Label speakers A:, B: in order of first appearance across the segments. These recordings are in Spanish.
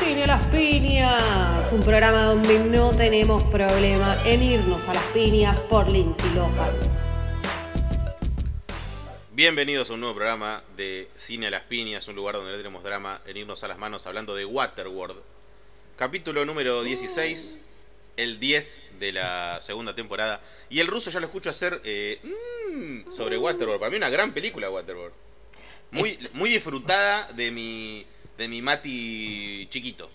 A: Cine a las piñas, un programa donde no tenemos problema en irnos a las piñas por Lindsay Lohan.
B: Bienvenidos a un nuevo programa de Cine a las Piñas, un lugar donde no tenemos drama en irnos a las manos hablando de Waterworld. Capítulo número 16, el 10 de la segunda temporada. Y el ruso ya lo escucho hacer eh, mm, sobre Waterworld. Para mí una gran película Waterworld. Muy, muy disfrutada de mi, de mi Mati chiquito.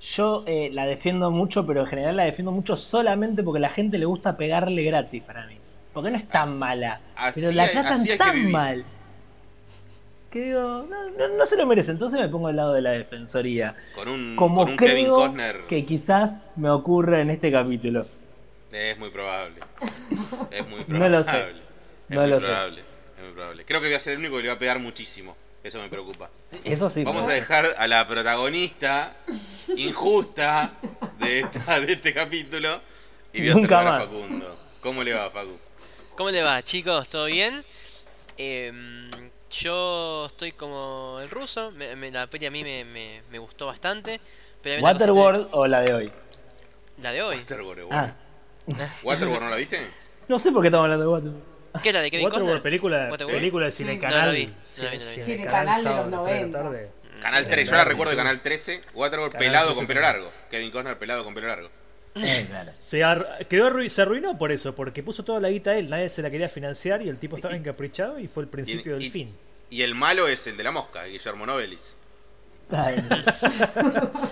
C: Yo eh, la defiendo mucho, pero en general la defiendo mucho solamente porque a la gente le gusta pegarle gratis para mí. Porque no es tan mala.
B: Ah, así
C: pero la
B: hay-
C: tratan
B: así hay que
C: tan
B: vivir.
C: mal que digo, no, no- no se lo merece. Entonces me pongo al lado de la defensoría.
B: Con un, Mm,
C: Como
B: con un
C: creo
B: Kevin Costner.
C: que quizás me ocurra en este capítulo.
B: Es muy probable. Es muy
C: No
B: probable.
C: lo sé.
B: Es
C: No
B: muy
C: lo sé.
B: probable. Es muy probable. Creo que voy a ser el único que le va a pegar muchísimo. Eso me preocupa.
C: Eso sí.
B: Vamos
C: ¿no?
B: a dejar a la protagonista injusta de, esta- de este capítulo. Y voy a
C: Nunca
B: saludar a
C: más.
B: Facundo. ¿Cómo le va, Facu?
D: ¿Cómo le va, chicos? ¿Todo bien? Em, yo estoy como el ruso. me- me- la peli a mí me, me- me gustó bastante. Pero hay una cosita-
C: ¿Waterworld o la de hoy?
D: La de hoy.
B: Waterworld, es
C: Ah,
B: buena. ¿Waterworld no la viste?
C: no sé por qué estamos hablando de Waterworld.
D: ¿Qué es la de Kevin
E: Waterworld,
D: Costner?
E: película,
D: Waterworld.
E: película de
D: No, no
E: Cinecanal.
D: la vi, no la vi, no la vi.
E: Cinecanal
F: Cinecanal de los
E: sábado, tres de la
F: 90.
E: tarde.
B: Canal 3, yo la recuerdo de Canal 13. Waterworld
E: Canal
B: pelado
E: 13
B: con pelo
E: también.
B: largo. Kevin Costner pelado con pelo largo.
C: Eh, claro.
E: Se, ar- quedó arrui- se arruinó por eso, porque puso toda la guita él, nadie se la quería financiar y el tipo estaba encaprichado y fue el principio
B: Y-
E: del
B: y-
E: fin.
B: Y el malo es el de la mosca, Guillermo Novelis.
C: Ay,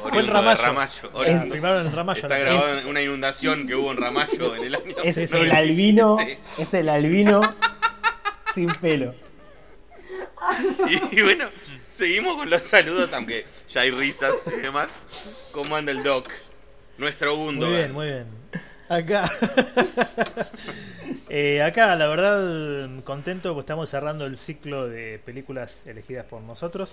B: Oriundo de
E: Ramallo.
B: Ramallo.
E: Ah,
B: Oriundo.
E: Filmaron el Ramallo.
B: Está
E: ¿no?
B: grabado en una inundación que hubo en Ramallo en el año.
C: Es
E: Sí, sí.
C: el
B: 97.
C: albino, es el albino sin pelo.
B: Y, bueno, seguimos con los saludos, aunque ya hay risas y demás. ¿Cómo anda el doc? Nuestro eh. Bundo.
E: Muy bien, muy bien. Acá. Eh, acá, la verdad, contento porque estamos cerrando el ciclo de películas elegidas por nosotros.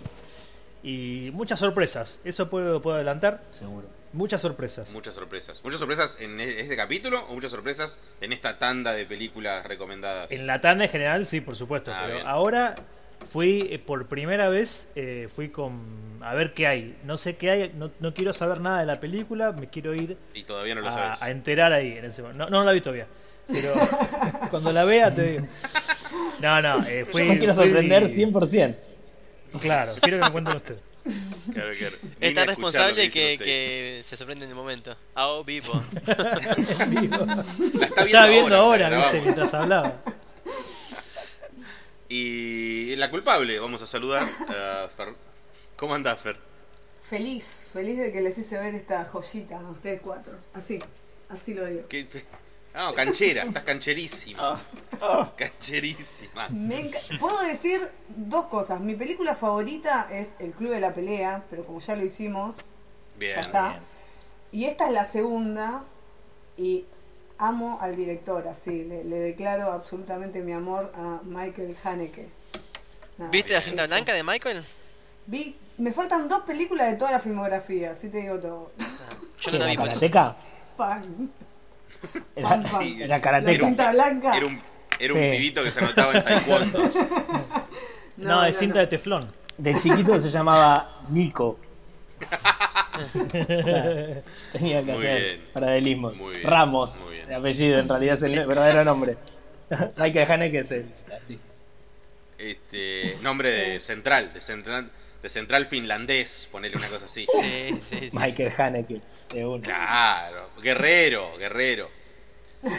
E: Y muchas sorpresas, eso puedo, puedo adelantar.
C: Seguro.
E: Muchas sorpresas.
B: Muchas sorpresas. Muchas sorpresas en e- este capítulo o muchas sorpresas en esta tanda de películas recomendadas.
E: En la tanda en general, sí, por supuesto.
B: Ah,
E: pero
B: bien.
E: ahora fui, eh, por primera vez, eh, fui con... A ver qué hay. No sé qué hay, no, no quiero saber nada de la película, me quiero ir
B: Y todavía no lo
E: a, a
B: sabes.
E: enterar ahí en ese momento. No, no la vi todavía. Pero cuando la vea te digo. No, no, eh, fui.
C: Yo me quiero
E: fui-
C: sorprender 100%.
E: Claro, quiero que me cuenten ustedes.
B: Claro, claro.
D: Es
B: Vine a escuchar lo que
D: tan responsable
B: dicen
D: que,
B: ustedes.
D: que se sorprende en el momento. Ah, oh, vivo.
B: La está
E: Estaba viendo ahora,
B: la
E: viste,
B: grabamos.
E: mientras hablaba.
B: Y la culpable, vamos a saludar a Fer. ¿Cómo anda Fer?
F: Feliz, feliz de que les hice ver esta joyita a ustedes cuatro. Así, así lo digo.
B: ¿Qué- qué- Ah, canchera, estás cancherísima. Cancherísima.
F: Me enca- Puedo decir dos cosas. Mi película favorita es El Club de la Pelea, pero como ya lo hicimos,
B: Bien.
F: ya está. Y esta es la segunda y amo al director, así. Le, le declaro absolutamente mi amor a Michael Haneke. Nada,
D: ¿Viste la cinta
F: eso.
D: blanca de Michael?
F: Vi, me faltan dos películas de toda la filmografía, así te digo todo.
D: Ah, yo no la
C: ¿Era
D: vi por eso.
C: karateca?
F: Pan.
C: Era, era
F: Sí, La
B: Era un-
C: karateca.
F: cinta blanca.
B: Era un, era un
C: Sí.
B: pibito que se anotaba en taekwondo.
E: No, es cinta de teflón.
C: De chiquito se llamaba Nico. Claro, Tenía que
B: Muy
C: hacer
B: bien.
C: paralelismos.
B: Muy bien,
C: Ramos,
B: muy bien.
C: el apellido, en realidad es el verdadero nombre. Michael Haneke es el.
B: Este, nombre de central, de central, de central finlandés, ponerle una cosa así.
D: Sí, sí, sí.
C: Michael Haneke, de uno.
B: Claro, guerrero, guerrero.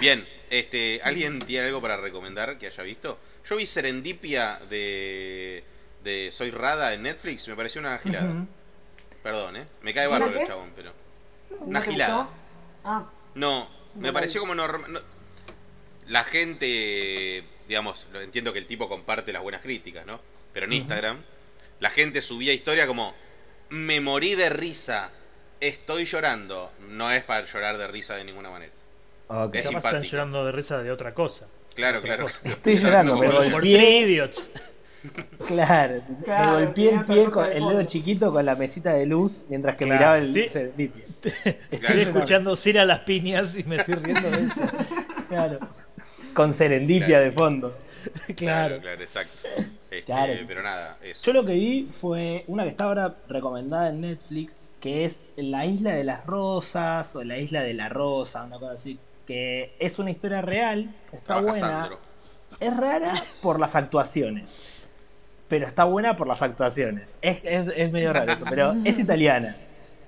B: Bien, este, ¿alguien tiene algo para recomendar que haya visto? Yo vi Serendipia de, de Soy Rada en Netflix, me pareció una gilada. Perdón, ¿eh? Me cae
F: ¿Una
B: bárbaro el
F: qué?
B: chabón, pero...
F: ¿No
B: una
F: te
B: gilada.
F: gustó? Ah,
B: No, me
F: Bueno.
B: pareció como normal. la gente, digamos, lo entiendo que el tipo comparte las buenas críticas, ¿no? Pero en Instagram, la gente subía historia como: Me morí de risa, estoy llorando. No es para llorar de risa de ninguna manera.
C: Ok.
B: Es
E: Capaz están
B: simpático.
E: llorando de risa de otra cosa.
B: Claro,
E: Otra
B: claro.
E: cosa.
C: Estoy llorando, me
B: Por-
E: Por
C: golpeé.
E: Three Idiots.
C: Claro, me
F: Claro,
C: golpeé
F: tenía
C: el
F: otra
C: pie
F: cosa
C: con
F: de
C: el
F: fondo.
C: dedo chiquito con la mesita de luz mientras que
E: Claro,
C: miraba el
E: sí.
C: serendipia.
E: Estoy escuchando Cine a las piñas y me estoy riendo de eso.
C: Claro. Con serendipia
B: Claro.
C: de fondo.
E: Claro.
B: claro, exacto. Este,
C: Claro.
B: Pero nada, eso.
C: Yo lo que vi fue una que está ahora recomendada en Netflix, que es La Isla de las Rosas o La Isla de la Rosa, una cosa así. Que es una historia real, está
B: Trabaja
C: buena.
B: Sandro.
C: Es rara por las actuaciones. Pero está buena por las actuaciones. Es, es- es medio raro eso, pero es italiana.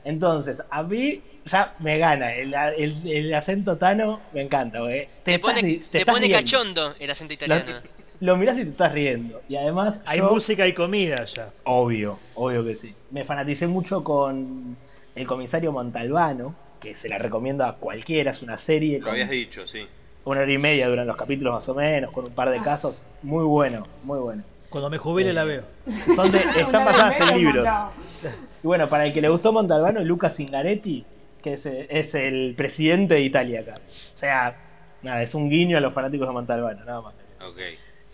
C: Entonces, a mí ya me gana. El, el- el acento tano me encanta, güey.
D: Te, pone,
C: estás ri-
D: te
C: estás
D: pone
C: riendo.
D: cachondo el acento
C: Lo,
D: italiano.
C: lo mirás y te estás riendo. Y además,
E: Hay
C: yo-
E: música y comida ya.
C: Obvio, obvio que sí. Me fanaticé mucho con el comisario Montalbano, que se la recomiendo a cualquiera, es una serie
B: Lo
C: con
B: habías dicho, sí.
C: una hora y media duran los capítulos más o menos, con un par de casos, muy bueno, muy bueno.
E: Cuando me jubile
C: Eh.
E: la veo.
C: Son de, están
F: Una vez
C: basadas en
F: menos
C: libros.
F: montado.
C: Y bueno, para el que le gustó Montalbano, Lucas Ingaretti, que es, eh, es el presidente de Italia acá. O sea, nada, es un guiño a los fanáticos de Montalbano, nada más.
B: Ok.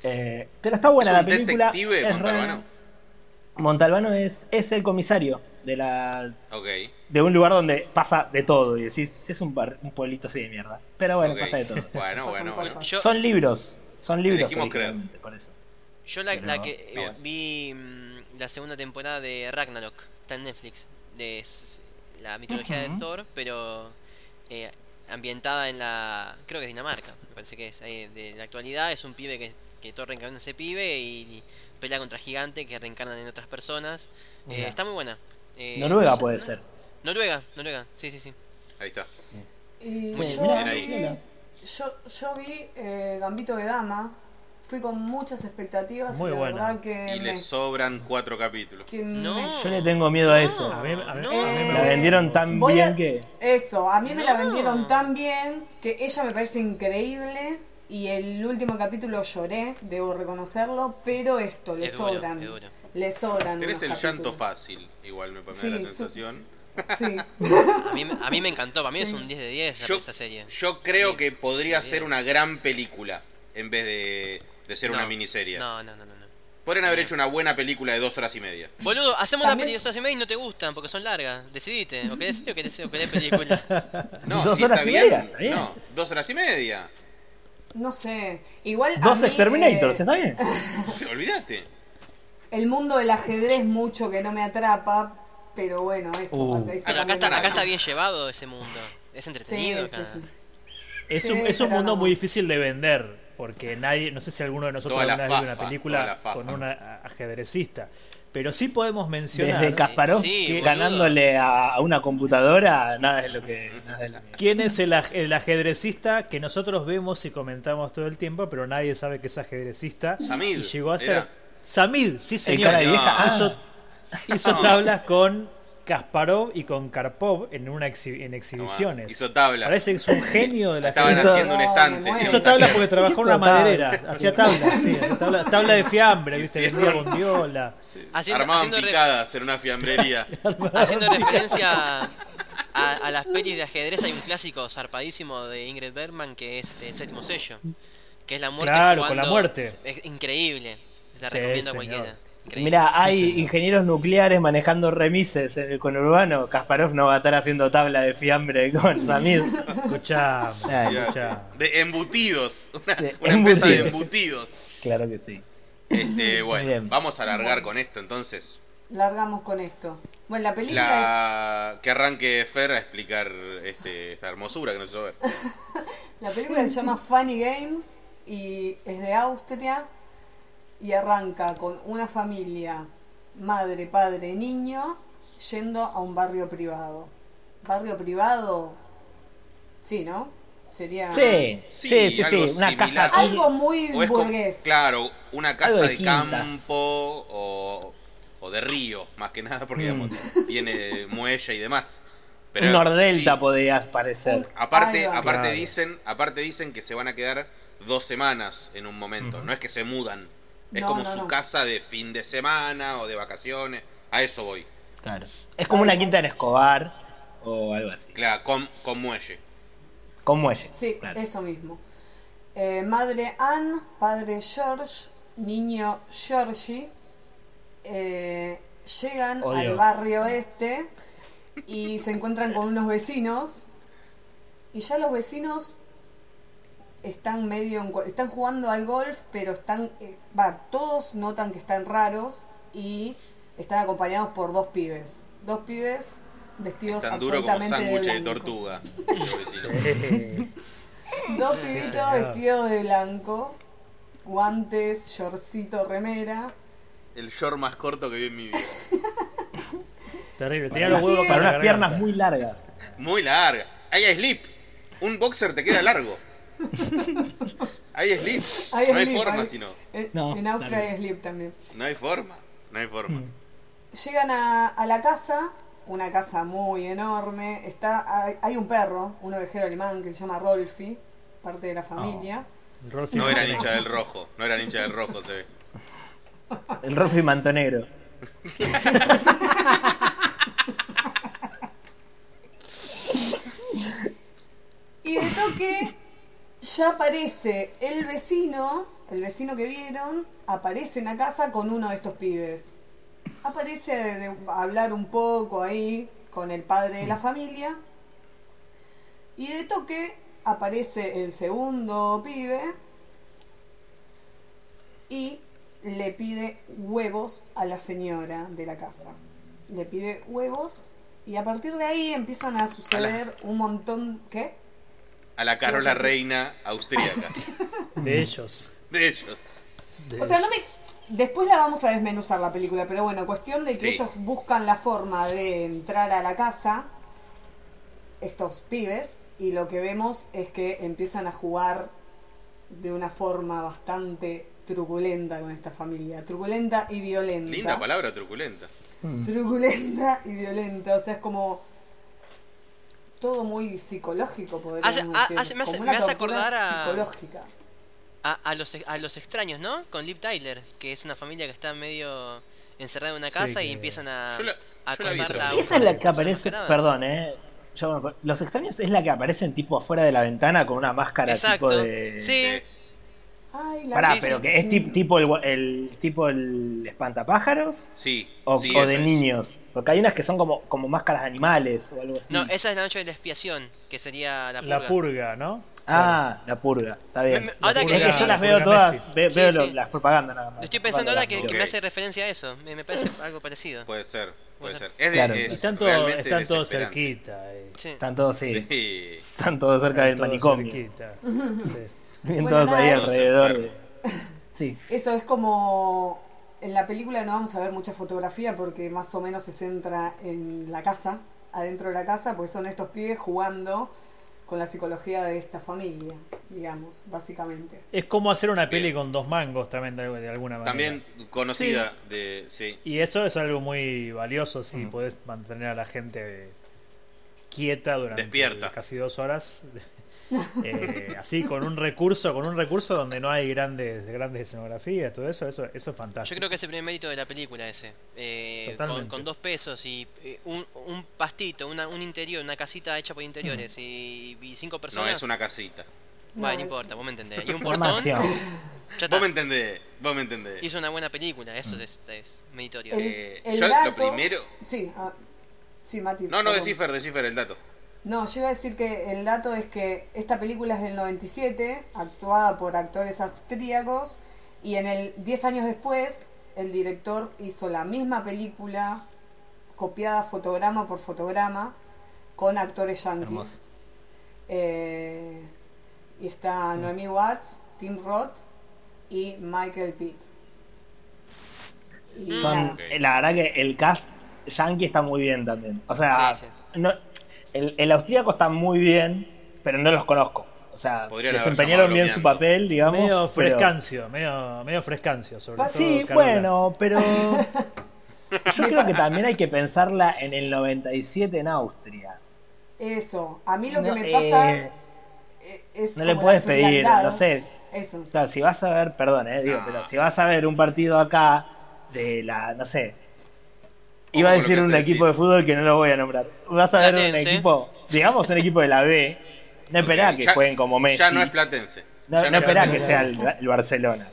C: Eh, pero está buena
B: ¿Es
C: la
B: un
C: película.
B: detective,
C: es
B: Montalbano?
C: rara. Montalbano es, es el comisario de la
B: Ok.
C: de un lugar donde pasa de todo y decís, si es un, bar- un pueblito así de mierda. Pero bueno,
B: ok.
C: pasa de todo.
B: Bueno, bueno, bueno.
F: cosas.
D: Yo,
C: Son libros, son libros
B: Elegimos creer.
C: originalmente, por eso.
D: yo la,
C: Pero-
D: la que eh,
B: Bien.
D: vi mm, la segunda temporada de Ragnarok, está en Netflix, de s- la mitología
C: Ujú.
D: de Thor, pero eh, ambientada en la... creo que es Dinamarca, me parece que es. eh, de la actualidad es un pibe que, que Thor reencarna en ese pibe y pelea contra gigante que reencarnan en otras personas. Eh,
C: Mirá.
D: está muy buena. Eh,
C: Noruega
D: no sé-
C: puede
D: no-
C: ser.
D: Noruega, Noruega, sí, sí, sí.
B: Ahí está.
F: Y
D: Muy
F: yo,
C: bien
F: vi-
C: ahí.
F: yo, yo vi eh, Gambito de Dama, fui con muchas expectativas
E: Muy
F: y la
E: buena.
F: verdad que,
B: Y le
F: me,
B: sobran cuatro capítulos.
F: que
D: No.
F: me-
C: Yo le tengo miedo a eso.
E: A mí- a mí-
D: no.
E: a mí me
C: La
F: Eh,
C: vendieron tan
F: Ah, voy
C: bien
F: a-
C: que.
F: Eso, a mí me la
D: No.
F: vendieron tan bien que ella me parece increíble y el último capítulo lloré, debo reconocerlo, pero esto, le
D: Es duro,
F: sobran.
D: es duro.
F: Le sobran.
B: Tenés
F: unos
B: el llanto
F: capítulos.
B: fácil, igual me me da
F: Sí,
B: la
F: su-
B: sensación.
F: Sí.
D: A mí, a mí me encantó, para mí es un 10 de 10
B: Yo-
D: esa serie.
B: Yo creo que podría
D: Sí.
B: ser una gran película en vez de, de ser
D: No,
B: una miniserie.
D: No, no, no, no. no.
B: Podrían haber hecho una buena película de dos horas y media.
D: Boludo, hacemos una
F: También-
D: película de dos horas y media y no te gustan porque son largas. Decidite, o querés serie o querés, o querés película.
B: No,
C: Dos
B: sí,
C: horas
B: está,
C: y
B: bien.
C: media, está bien.
B: No, dos horas y media.
F: No sé. Igual. a
C: Dos
F: mí,
C: Exterminators,
F: eh,
C: ¿está bien?
B: Olvídate.
F: El mundo del ajedrez mucho que no me atrapa, pero bueno, eso.
C: Uh.
D: Pero acá
F: eso también
D: está,
F: me
D: acá está
F: atrapa.
D: bien llevado ese mundo. Es
F: Sí,
D: entretenido
F: sí,
D: acá.
F: sí.
E: Es
F: Sí,
E: un, es un
F: pero
E: mundo
F: no.
E: muy difícil de vender, porque nadie, no sé si alguno de nosotros
B: Toda la
E: alguna vez vio una
B: fafa, toda
E: película
B: la fafa.
E: con un ajedrecista, pero sí podemos mencionar
C: Desde Kasparov
D: Sí,
C: que-
D: boludo.
C: ganándole a, a una computadora, nada es lo que. nada es lo que-
E: quién es el, aj- el ajedrecista que nosotros vemos y comentamos todo el tiempo, pero nadie sabe que es ajedrecista.
B: Samid,
E: Y llegó a ser...
B: era.
E: Samid, sí
C: El
E: señor.
C: cara de
B: no,
C: vieja. Ah,
E: Hizo, hizo
B: No.
E: tablas con Kasparov y con Karpov en, una exhi- en exhibiciones.
B: hizo tablas.
E: Parece que es un genio de la
B: Estaban
E: ajedrez.
B: haciendo un
F: No,
B: estante.
F: me
B: tenía
F: muero.
B: un
E: Hizo tablas
B: taller.
E: porque trabajó en una
C: Hizo tablas.
E: maderera, hacía tablas, sí, tabla, tabla de fiambre, viste, vendía
B: Hicieron-
E: bondiola.
B: Sí.
D: Haciendo-
B: Armaban
D: haciendo ref-
B: picadas en una fiambrería.
D: Haciendo referencia a, a las pelis de ajedrez, hay un clásico zarpadísimo de Ingrid Bergman que es El séptimo sello. Que es la muerte.
E: Claro, con la
D: jugando-
E: muerte.
D: Es, es increíble. La
E: Sí,
D: recomiendo a
E: señor.
D: cualquiera. Increíble.
C: Mirá, hay
E: señor.
C: ingenieros nucleares manejando remises en el conurbano. Kasparov no va a estar haciendo tabla de fiambre con Samir.
E: Escuchame,
C: Ay,
E: escuchame.
B: de embutidos. Una,
C: De
B: una empresa de
C: embutidos.
B: embutidos.
C: Claro que sí.
B: Este,
C: Muy
B: bueno,
C: bien.
B: vamos a alargar con esto entonces.
F: Largamos con esto. Bueno, la película
B: La... Que arranque Fer a explicar este, esta hermosura que nos hizo ver.
F: es. La película se llama Funny Games y es de Austria y arranca con una familia, madre, padre, niño, yendo a un barrio privado. Barrio privado, sí, ¿no? Sería
C: Sí,
B: Sí,
C: sí, sí,
B: algo
C: sí, una
B: similar.
C: caja.
F: algo muy
B: O es como-
F: burgués.
B: claro, una casa
C: Algo
B: de,
C: de quintas.
B: campo o, o de río, más que nada, porque
C: Mm.
B: digamos, tiene muelle y demás. Pero,
C: Un Nordelta
B: sí,
C: podías parecer.
F: Ahí
B: Aparte,
F: va.
B: aparte
E: Claro.
B: dicen, aparte dicen que se van a quedar dos semanas en un momento.
E: Ujú.
B: No es que se mudan. Es
F: No,
B: como
F: no,
B: su
F: no.
B: casa de fin de semana o de vacaciones. A eso voy.
C: Claro. Es como una quinta en Escobar o algo así.
B: Claro, con, con muelle.
C: Con muelle.
F: Sí,
C: claro.
F: eso mismo. Eh, madre Anne, padre George, niño Georgie, eh, llegan
C: Odio.
F: al barrio este y se encuentran con unos vecinos y ya los vecinos están medio en cua- están jugando al golf pero están eh, va todos notan que están raros y están acompañados por dos pibes dos pibes vestidos
B: Tan duro como
F: absolutamente
B: sándwich
F: de
B: de
F: blanco
B: tortuga. Lo decimos.
F: dos
E: Sí,
F: pibitos
E: señor.
F: vestidos de blanco guantes shortcito remera
B: El short más corto que vi en mi vida.
E: Terrible. Tenía los huevos
C: Para
E: la
C: unas piernas
E: garganta.
C: muy largas.
B: Muy larga. Ahí hay slip. Un boxer te queda largo. Ahí hay slip.
F: Hay
B: no hay
F: slip,
B: forma,
F: hay-
B: sino.
F: Eh,
C: No,
F: en Austria
C: también.
F: hay slip también
B: No hay forma. No hay forma.
F: Llegan a, a la casa, una casa muy enorme. Está, hay, hay un perro, un ovejero alemán que se llama Rolfi, parte
E: Oh.
F: de la familia.
E: Rolfi
B: No eran
E: Montenegro.
B: hincha del rojo. No eran hincha del rojo, se ve.
C: El Rolfi Mantonegro.
F: Y de toque ya aparece el vecino, el vecino que vieron, aparece en la casa con uno de estos pibes. Aparece de, de hablar un poco ahí con el padre de la familia. Y de toque aparece el segundo pibe y le pide huevos a la señora de la casa. Le pide huevos y a partir de ahí empiezan a suceder un montón... ¿Qué?
B: A la Carola Reina austríaca.
E: De ellos.
B: De ellos.
E: De
F: O sea, no
E: ellos.
F: me... Después la vamos a desmenuzar la película, pero bueno, cuestión de que
B: Sí.
F: ellos buscan la forma de entrar a la casa, estos pibes, y lo que vemos es que empiezan a jugar de una forma bastante truculenta con esta familia, truculenta y violenta.
B: Linda palabra truculenta.
F: Mm. Truculenta y violenta, o sea, es como todo muy psicológico, podríamos
D: Hace- a-
F: decir.
D: hace- me hace-
F: como una
D: me hace
F: tortura
D: acordar a-
F: psicológica.
D: A, a los, a los extraños, ¿no? Con Liv Tyler, que es una familia que está medio encerrada en una
E: Sí,
D: casa y
E: que-
D: empiezan a,
B: Yo la-
D: a
B: yo la vi
D: acosarla
B: esa
D: a
B: película.
D: una
C: Esa es
D: de
C: la
D: las
C: que
D: personas
C: aparece.
D: mascaradas.
C: Perdón, eh. Yo me acuerdo- los extraños es la que aparecen tipo afuera de la ventana con una máscara
D: Exacto.
C: tipo de.
D: Sí,
F: Ay, la Mm.
C: Pará,
D: Sí, sí.
C: pero que es tip- tipo el, gua- el tipo el espantapájaros
B: Sí.
C: o,
B: sí,
C: o
B: esa
C: de
B: es.
C: niños. Porque hay unas que son como, como máscaras de animales o algo así.
D: no, esa es la noche de la expiación, que sería la purga.
E: La purga, ¿no?
C: Ah, la purga, está bien.
D: Me- me- ahora
E: La
D: que-
E: purga-
C: es que yo las
E: la
C: veo
E: purga
C: todas,
E: Messi.
C: ve- veo,
D: Sí,
C: lo-
D: sí.
C: las propagandas nada más.
D: Lo estoy pensando
C: Las
D: ahora que, que me
C: propagandas.
D: hace referencia a eso. Me, me parece algo parecido.
B: Puede ser. Puede
D: Puede
B: ser. Es de,
C: Claro.
B: es
E: Y están, todo-
B: realmente
E: están todos
B: desesperante.
E: cerquita. eh.
D: Sí.
C: Están todos, sí.
B: Sí.
C: Están todos cerca del
E: Están todos
C: manicomio.
E: cerquita. Sí.
C: Vienen
F: Bueno,
C: todos
F: nada,
C: ahí
F: es-
C: alrededor. de- Sí.
F: Eso es como en la película no vamos a ver mucha fotografía porque más o menos se centra en la casa, adentro de la casa, porque son estos pibes jugando con la psicología de esta familia, digamos, básicamente.
E: Es como hacer una peli con dos mangos también, de, de alguna manera.
B: También conocida de. Sí.
E: Y eso es algo muy valioso si podés mantener a la gente quieta durante
B: Despierta.
E: casi dos horas. Eh, así, con un recurso, con un recurso donde no hay grandes, grandes escenografías, todo eso, eso, eso es
D: Yo
E: fantástico.
D: creo que es el primer mérito de la película ese. Eh, con,
E: Totalmente.
D: con dos pesos y eh, un, un pastito, una, un interior, una casita hecha por interiores y, y cinco
B: No
D: personas.
B: es una casita.
D: Bueno,
F: No,
D: no importa, vos me entendés. Y un
C: Una
D: portón.
C: mansión.
D: Ya está.
B: Vos me entendés. Vos me entendés.
D: Hizo una buena película, eso
E: Mm.
D: es, es meritorio.
F: El-
B: Eh, yo lo primero-
F: Sí, ah, sí, Mati.
B: No, no,
F: perdón.
B: descifer, descifer el dato.
F: No, yo iba a decir que el dato es que esta película es del 97, actuada por actores austríacos, y en el 10 años después, el director hizo la misma película, copiada fotograma por fotograma, con actores
C: Hermoso.
F: yankees. Eh, y está Noemi Watts, Tim Roth y Michael Pitt. Y
C: Son, eh,
F: nada.
B: Ok.
C: La verdad que el cast yankee está muy bien también. O sea,
D: Sí,
C: no- el, el austríaco está muy bien, pero no los conozco. O sea,
B: Podrían haber
C: desempeñaron
B: llamado
C: bien su
B: Lomianto.
C: papel, digamos.
E: Medio
C: pero-
E: frescancio, medio, medio frescancio, sobre
F: Pa-
E: todo.
C: Sí,
E: Carola.
C: bueno, pero yo creo que también hay que pensarla en el 97 en Austria.
F: Eso, a mí lo que
C: No,
F: me
C: eh,
F: pasa eh, es...
C: no le
F: como la
C: puedes pedir,
F: frialdad.
C: no sé.
F: Eso.
C: Claro, si vas a ver, perdón, eh, digo,
B: No.
C: pero si vas a ver un partido acá de la, no sé, iba a
B: Ojo con lo
C: decir
B: que
C: un
B: hace,
C: equipo
B: sí.
C: de fútbol que no lo voy a nombrar. Vas a ver un
D: Platense.
C: equipo, digamos un equipo de la B, no esperá
B: Ok,
C: que
B: ya-
C: jueguen como Messi.
B: Ya no es platense.
C: No,
B: Ya
C: no
B: es
C: esperá que
B: platense.
C: sea el, el Barcelona.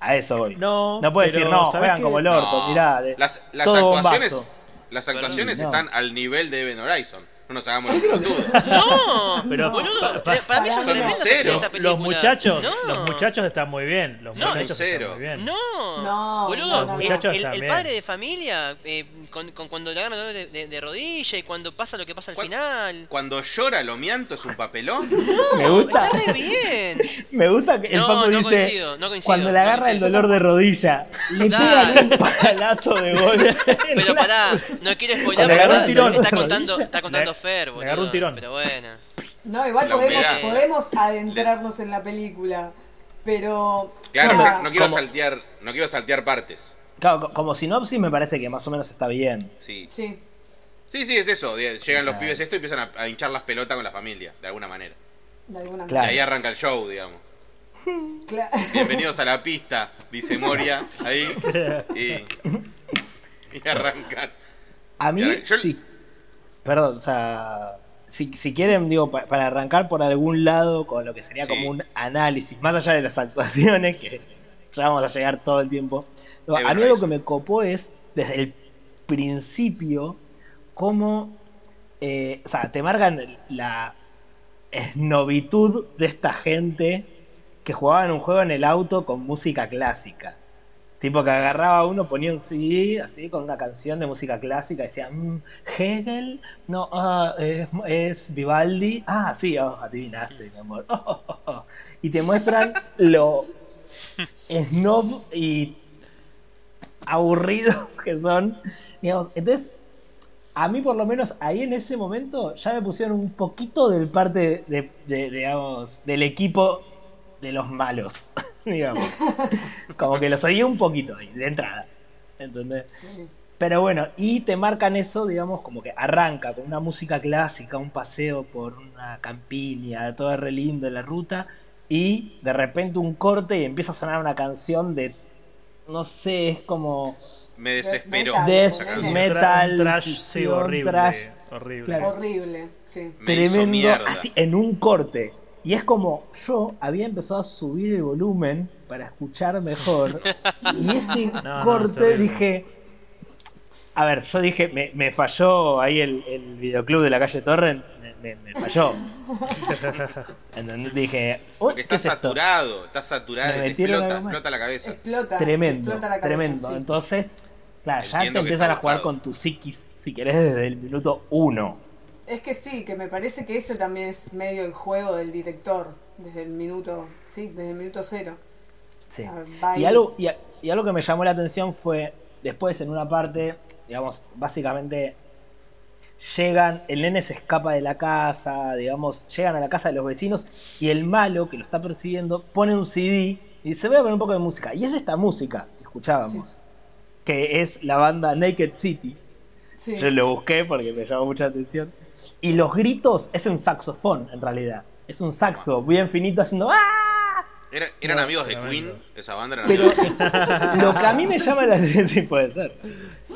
C: A eso voy.
E: No,
C: no puedes
E: pero
C: decir, no,
E: ¿sabés
C: juegan
E: qué?
C: como el orto,
B: No.
C: mirá. de-
B: Las- las
C: todo
B: actuaciones-
C: bombazo.
B: Las actuaciones
C: No.
B: están al nivel de Event Horizon. No nos hagamos
F: creo
B: los
F: que-
B: pelotudos.
D: ¡No!
E: Pero,
D: boludo,
E: pa- pa-
D: tre- para mí son
F: Pará,
D: tremendas
B: no, cero.
D: acciones de esta película.
E: Los muchachos,
D: No.
E: los muchachos están muy bien. Los
D: No,
E: muchachos
B: cero.
E: están muy bien.
D: No,
F: No,
D: boludo,
F: no,
D: el-
F: no,
E: muchachos
D: el, el
E: también.
D: padre de familia, eh, con, con cuando le agarran el dolor de, de- de rodilla y cuando pasa lo que pasa al
B: ¿Cuál-
D: final.
B: Cuando llora lo mianto es un papelón.
C: Me gusta,
D: Está re bien.
C: me gusta que el
D: No,
C: Paco
D: no
C: dice
D: coincido, no coincido,
C: cuando le
D: no
C: agarra
D: coincido.
C: el dolor de rodilla, le
D: Dale.
C: pegan un palazo de bola.
D: Pero pará, no quiero spoiler
C: Le
D: porque
C: agarró un
D: está,
C: tirón.
D: está contando, está
E: Le-
D: contando
E: le
D: Fer, boludo.
E: agarró un tirón.
D: Pero bueno.
F: No, igual
B: La
F: podemos,
B: humedad.
F: podemos adentrarnos en la película, pero...
B: Claro,
F: nada,
B: pero no quiero
C: ¿Cómo?
B: saltear, no quiero saltear partes.
C: Claro, co- como sinopsis me parece que más o menos está bien.
B: Sí,
F: Sí,
B: sí, sí es eso. de- Llegan los
C: Claro.
B: pibes esto y empiezan a, a hinchar las pelotas con la familia, de alguna manera.
F: de alguna
B: Y
C: Claro.
B: ahí arranca el show, digamos.
F: manera. Cla-
B: Bienvenidos a la pista, dice Moria. Ahí. Y, y arrancan.
C: A mí,
B: Yo-
C: sí. Perdón, o sea, si, si quieren, digo, pa- para arrancar por algún lado con lo que sería
B: Sí.
C: como un análisis, más allá de las actuaciones, que ya vamos a llegar todo el tiempo. Digo,
B: Evan
C: a mí algo que
B: Rachel.
C: me copó es, desde el principio, cómo, eh, o sea, te marcan la esnovitud de esta gente que jugaban un juego en el auto con música clásica. Tipo que agarraba uno, ponía un CD así con una canción de música clásica, y decía, "Mm, Hegel, no, ah, es, es Vivaldi, ah, sí, oh, adivinaste, mi amor. Oh, oh, oh, oh". Y te muestran lo snob y aburrido que son. Digamos, Entonces, a mí por lo menos ahí en ese momento ya me pusieron un poquito del parte de, de- digamos, del equipo de los malos, digamos. Como que los oí un poquito ahí, de entrada. ¿Entendés?
F: sí.
C: Pero bueno, y te marcan eso, digamos, como que arranca con una música clásica, un paseo por una campiña, todo re lindo en la ruta, y de repente un corte y empieza a sonar una canción de, no sé, es como
B: Me desesperó.
F: Metal.
C: death
B: esa canción.
C: metal,
E: Un trash, sí,
C: fusión,
E: horrible.
C: trash,
E: horrible.
C: claro.
F: Horrible, sí.
B: Me hizo
C: tremendo,
B: mierda.
C: así, en un corte. Y es como yo había empezado a subir el volumen para escuchar mejor, y ese
E: No, no, está
C: corte
E: bien.
C: dije... A ver, yo dije, me, me falló ahí el, el videoclub de la calle Torrent, me, me- me falló. Entonces dije, uy,
B: Porque
C: ¿qué
B: está
C: es esto?
B: saturado, está saturado,
C: Me
B: te
C: metieron
B: explota,
C: algo más. Eh,
B: explota la cabeza.
F: Explota.
C: Tremendo,
F: explota la cabeza,
C: tremendo.
F: sí.
C: Entonces, claro, ya te
B: Entiendo que
C: empiezan
B: está
C: a jugar
B: buscado.
C: con tu psiquis, si querés, desde el minuto uno.
F: Es que sí, que me parece que ese también es medio el juego del director, desde el minuto, sí, desde el minuto cero.
C: Sí.
F: Ah, va
C: Y
F: ahí.
C: algo, y, a- y algo que me llamó la atención fue, después en una parte, digamos, básicamente llegan, el nene se escapa de la casa, digamos, llegan a la casa de los vecinos y el malo que lo está persiguiendo pone un CD y dice, voy a poner un poco de música. Y es esta música que escuchábamos, que es la banda Naked City.
F: Sí.
C: Yo lo busqué porque me llamó mucha atención. Y los gritos es un saxofón, en realidad. Es un saxo bien finito haciendo ¡Ah!
B: Era- eran
E: No,
B: amigos de
E: tremendo.
B: Queen, esa banda eran
C: Pero
B: amigos.
C: lo que a mí me llama la atención, sí, puede ser.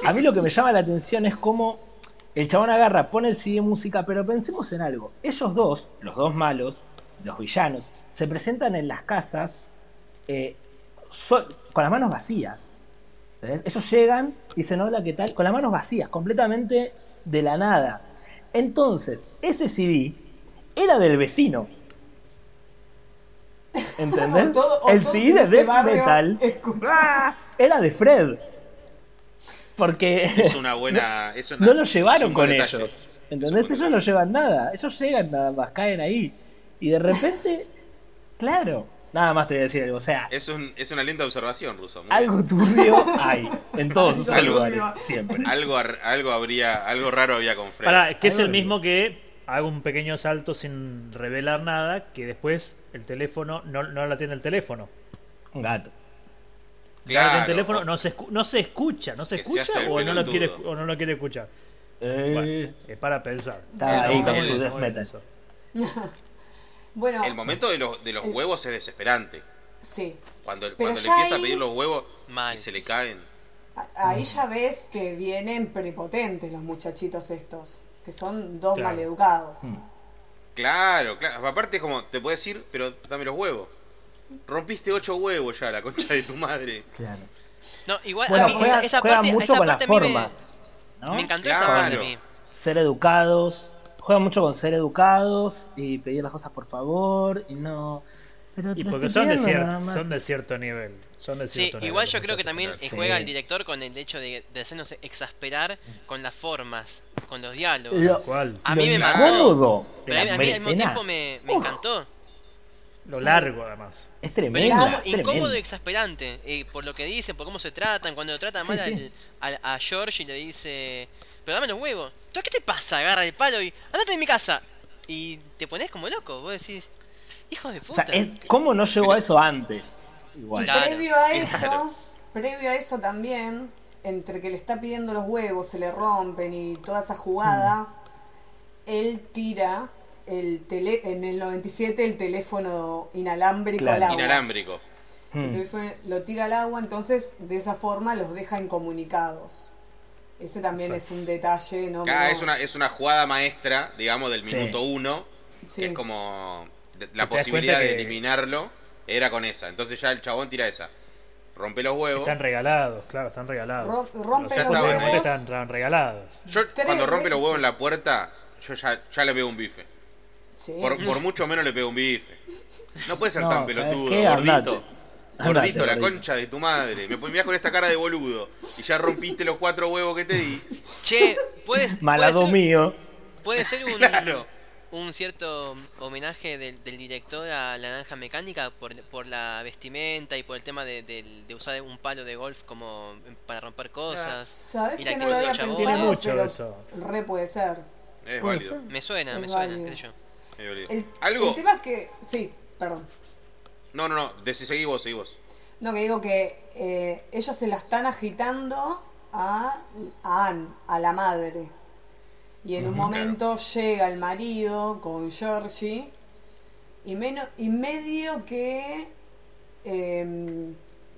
C: A mí lo que me llama la atención es cómo el chabón agarra, pone el CD de música, pero pensemos en algo. Ellos dos, los dos malos, los villanos, se presentan en las casas eh, so- con las manos vacías. ¿Entendés? Ellos llegan, dicen hola, ¿qué tal? Con las manos vacías, completamente de la nada. Entonces, ese CD era del vecino. ¿Entendés?
F: O todo- o
C: el
F: todos
C: CD
F: en
C: de
F: ese
C: Death
F: barrio
C: Metal
F: escuchan.
C: ¡ah! era de Fred. Porque
B: Es una buena. es una-
C: no lo
B: es
C: llevaron
B: un
C: con
B: buen detalle.
C: ellos.
B: Es
C: ¿Entendés?
B: un buen
C: Ellos no llevan nada. Ellos llegan nada más, caen ahí. Y de repente, claro, nada más te voy a decir algo. O sea,
B: Es, un, es una linda observación, Ruso. muy bien.
C: algo turbio hay en todos esos
B: Algo
C: lugares,
F: turbio.
C: siempre.
B: Algo, ar- algo habría, algo raro había con Fred.
E: Pará, que es
C: Algo
E: el
C: de-
E: mismo que hago un pequeño salto sin revelar nada, que después el teléfono no, no la tiene el teléfono.
C: Un gato.
E: Claro,
B: Claro,
E: el teléfono
B: o-
E: no se, escu- no se escucha, no se
B: Que se
E: escucha
B: hace el
E: o no, lo
B: pelotudo.
E: quiere, escu- o no lo quiere escuchar.
C: Eh,
E: Bueno, es para pensar.
C: Está
B: ahí
E: Estamos
B: con
E: bien,
B: su
E: estamos bien
C: death
E: eso.
F: Bueno,
B: El momento de los, de los huevos es desesperante.
F: sí.
B: Cuando,
F: Pero
B: cuando le
F: ya
B: empieza a
F: ahí-
B: pedir los huevos
D: Mal.
B: y se le caen.
F: A- Ahí ya ves que vienen prepotentes los muchachitos estos, que son dos
E: Claro.
F: maleducados.
B: Claro, claro. Aparte es como, te puedes ir, pero dame los huevos. Rompiste ocho huevos ya, la concha de tu madre.
C: claro.
D: No, igual
C: Bueno,
D: a mí esa,
C: juegan,
D: esa
C: juegan
D: parte,
C: mucho
D: esa
C: con
D: parte
C: las
D: a mí me-
C: formas. ¿no?
D: Me encantó esa
B: Claro.
D: parte a mí.
C: Ser educados. Juegan mucho con ser educados y pedir las cosas por favor y no. Pero te
E: Y
C: lo
E: porque
C: estoy
E: son de,
C: pidiendo nada
E: cierto,
C: más.
E: son de cierto nivel. Son de
D: Sí,
E: cierto nivel
D: igual
E: los
D: yo creo que
E: muchachos
D: también
E: en
D: eh,
E: realidad.
D: juega el director con el hecho de, de hacernos exasperar con las formas, con los diálogos.
C: Lo-
E: ¿Cuál?
D: A mí
C: lo
D: me mató.
C: incómodo de
D: Pero a mí,
C: la
D: a mí al mismo
C: escena
D: tiempo me, me
C: Uf.
D: encantó.
E: Lo largo, además.
C: Es
D: Pero
C: tremendo.
D: incómodo,
C: es tremendo.
D: incómodo y exasperante. eh, por lo que dicen, por cómo se tratan. Cuando lo tratan mal
C: Sí,
D: al-
C: sí.
D: al- a George y le dice: Pero dame los huevos. ¿Tú qué te pasa? Agarra el palo y andate de mi casa. Y te pones como loco. Vos decís: Hijo de
C: O
D: puta.
C: sea, es- ¿cómo no llegó a eso antes? Igual.
D: Claro,
F: previo a eso,
B: claro.
F: previo a eso también, entre que le está pidiendo los huevos, se le rompen y toda esa jugada, él tira el tele en el 97 el teléfono inalámbrico
C: Claro.
F: al agua.
B: Inalámbrico.
F: El
C: Mm.
F: teléfono lo tira al agua, entonces de esa forma los deja incomunicados. Ese también
E: Exacto.
F: es un detalle, ¿no?
B: Acá
F: menor.
B: es una, es una jugada maestra, digamos, del
C: Sí.
B: minuto uno.
F: Sí.
B: Es como de-
E: das
B: la
E: cuenta
B: posibilidad de
E: que-
B: eliminarlo era con esa. Entonces ya el chabón tira esa. Rompe los huevos.
E: Están regalados, claro, están regalados.
F: Ro- rompe
E: los
B: los
E: huevos.
B: huevos.
E: Están, están regalados.
B: Yo
F: Tres
B: cuando rompe los
F: veces.
B: huevos en la puerta, yo ya, ya le veo un bife.
F: Sí.
B: Por, por mucho menos le pego un bife. No puede ser
C: No,
B: tan
C: ¿sabes
B: pelotudo,
C: qué? Andate.
B: gordito. Gordito,
C: Andate,
B: la
C: gordito.
B: concha de tu madre. Me mirás con esta cara de boludo. Y ya rompiste los cuatro huevos que te di.
D: Che, puedes.
C: Malado mío.
D: Puede ser un,
B: Claro.
D: un cierto homenaje del, del director a la naranja mecánica por, por la vestimenta y por el tema de, del- de usar un palo de golf como para romper cosas.
F: ¿Sabés
D: y la
F: que no
D: actitud
F: lo
D: de
F: había
D: los chabones.
F: pensado?
E: Tiene mucho
F: pero
E: eso.
F: Re puede ser.
B: Es
C: Puede
B: válido.
C: ser.
D: Me suena,
F: Es
D: me suena,
F: válido.
D: qué sé yo.
B: es válido.
F: El, el
B: Algo.
F: tema es que. Sí, perdón.
B: No, no, no. de- Seguí vos, seguí vos.
F: No, que digo que eh, ellos se la están agitando a, a Anne, a la madre. Y en un momento llega el marido con Georgie y, menos, y medio que... eh,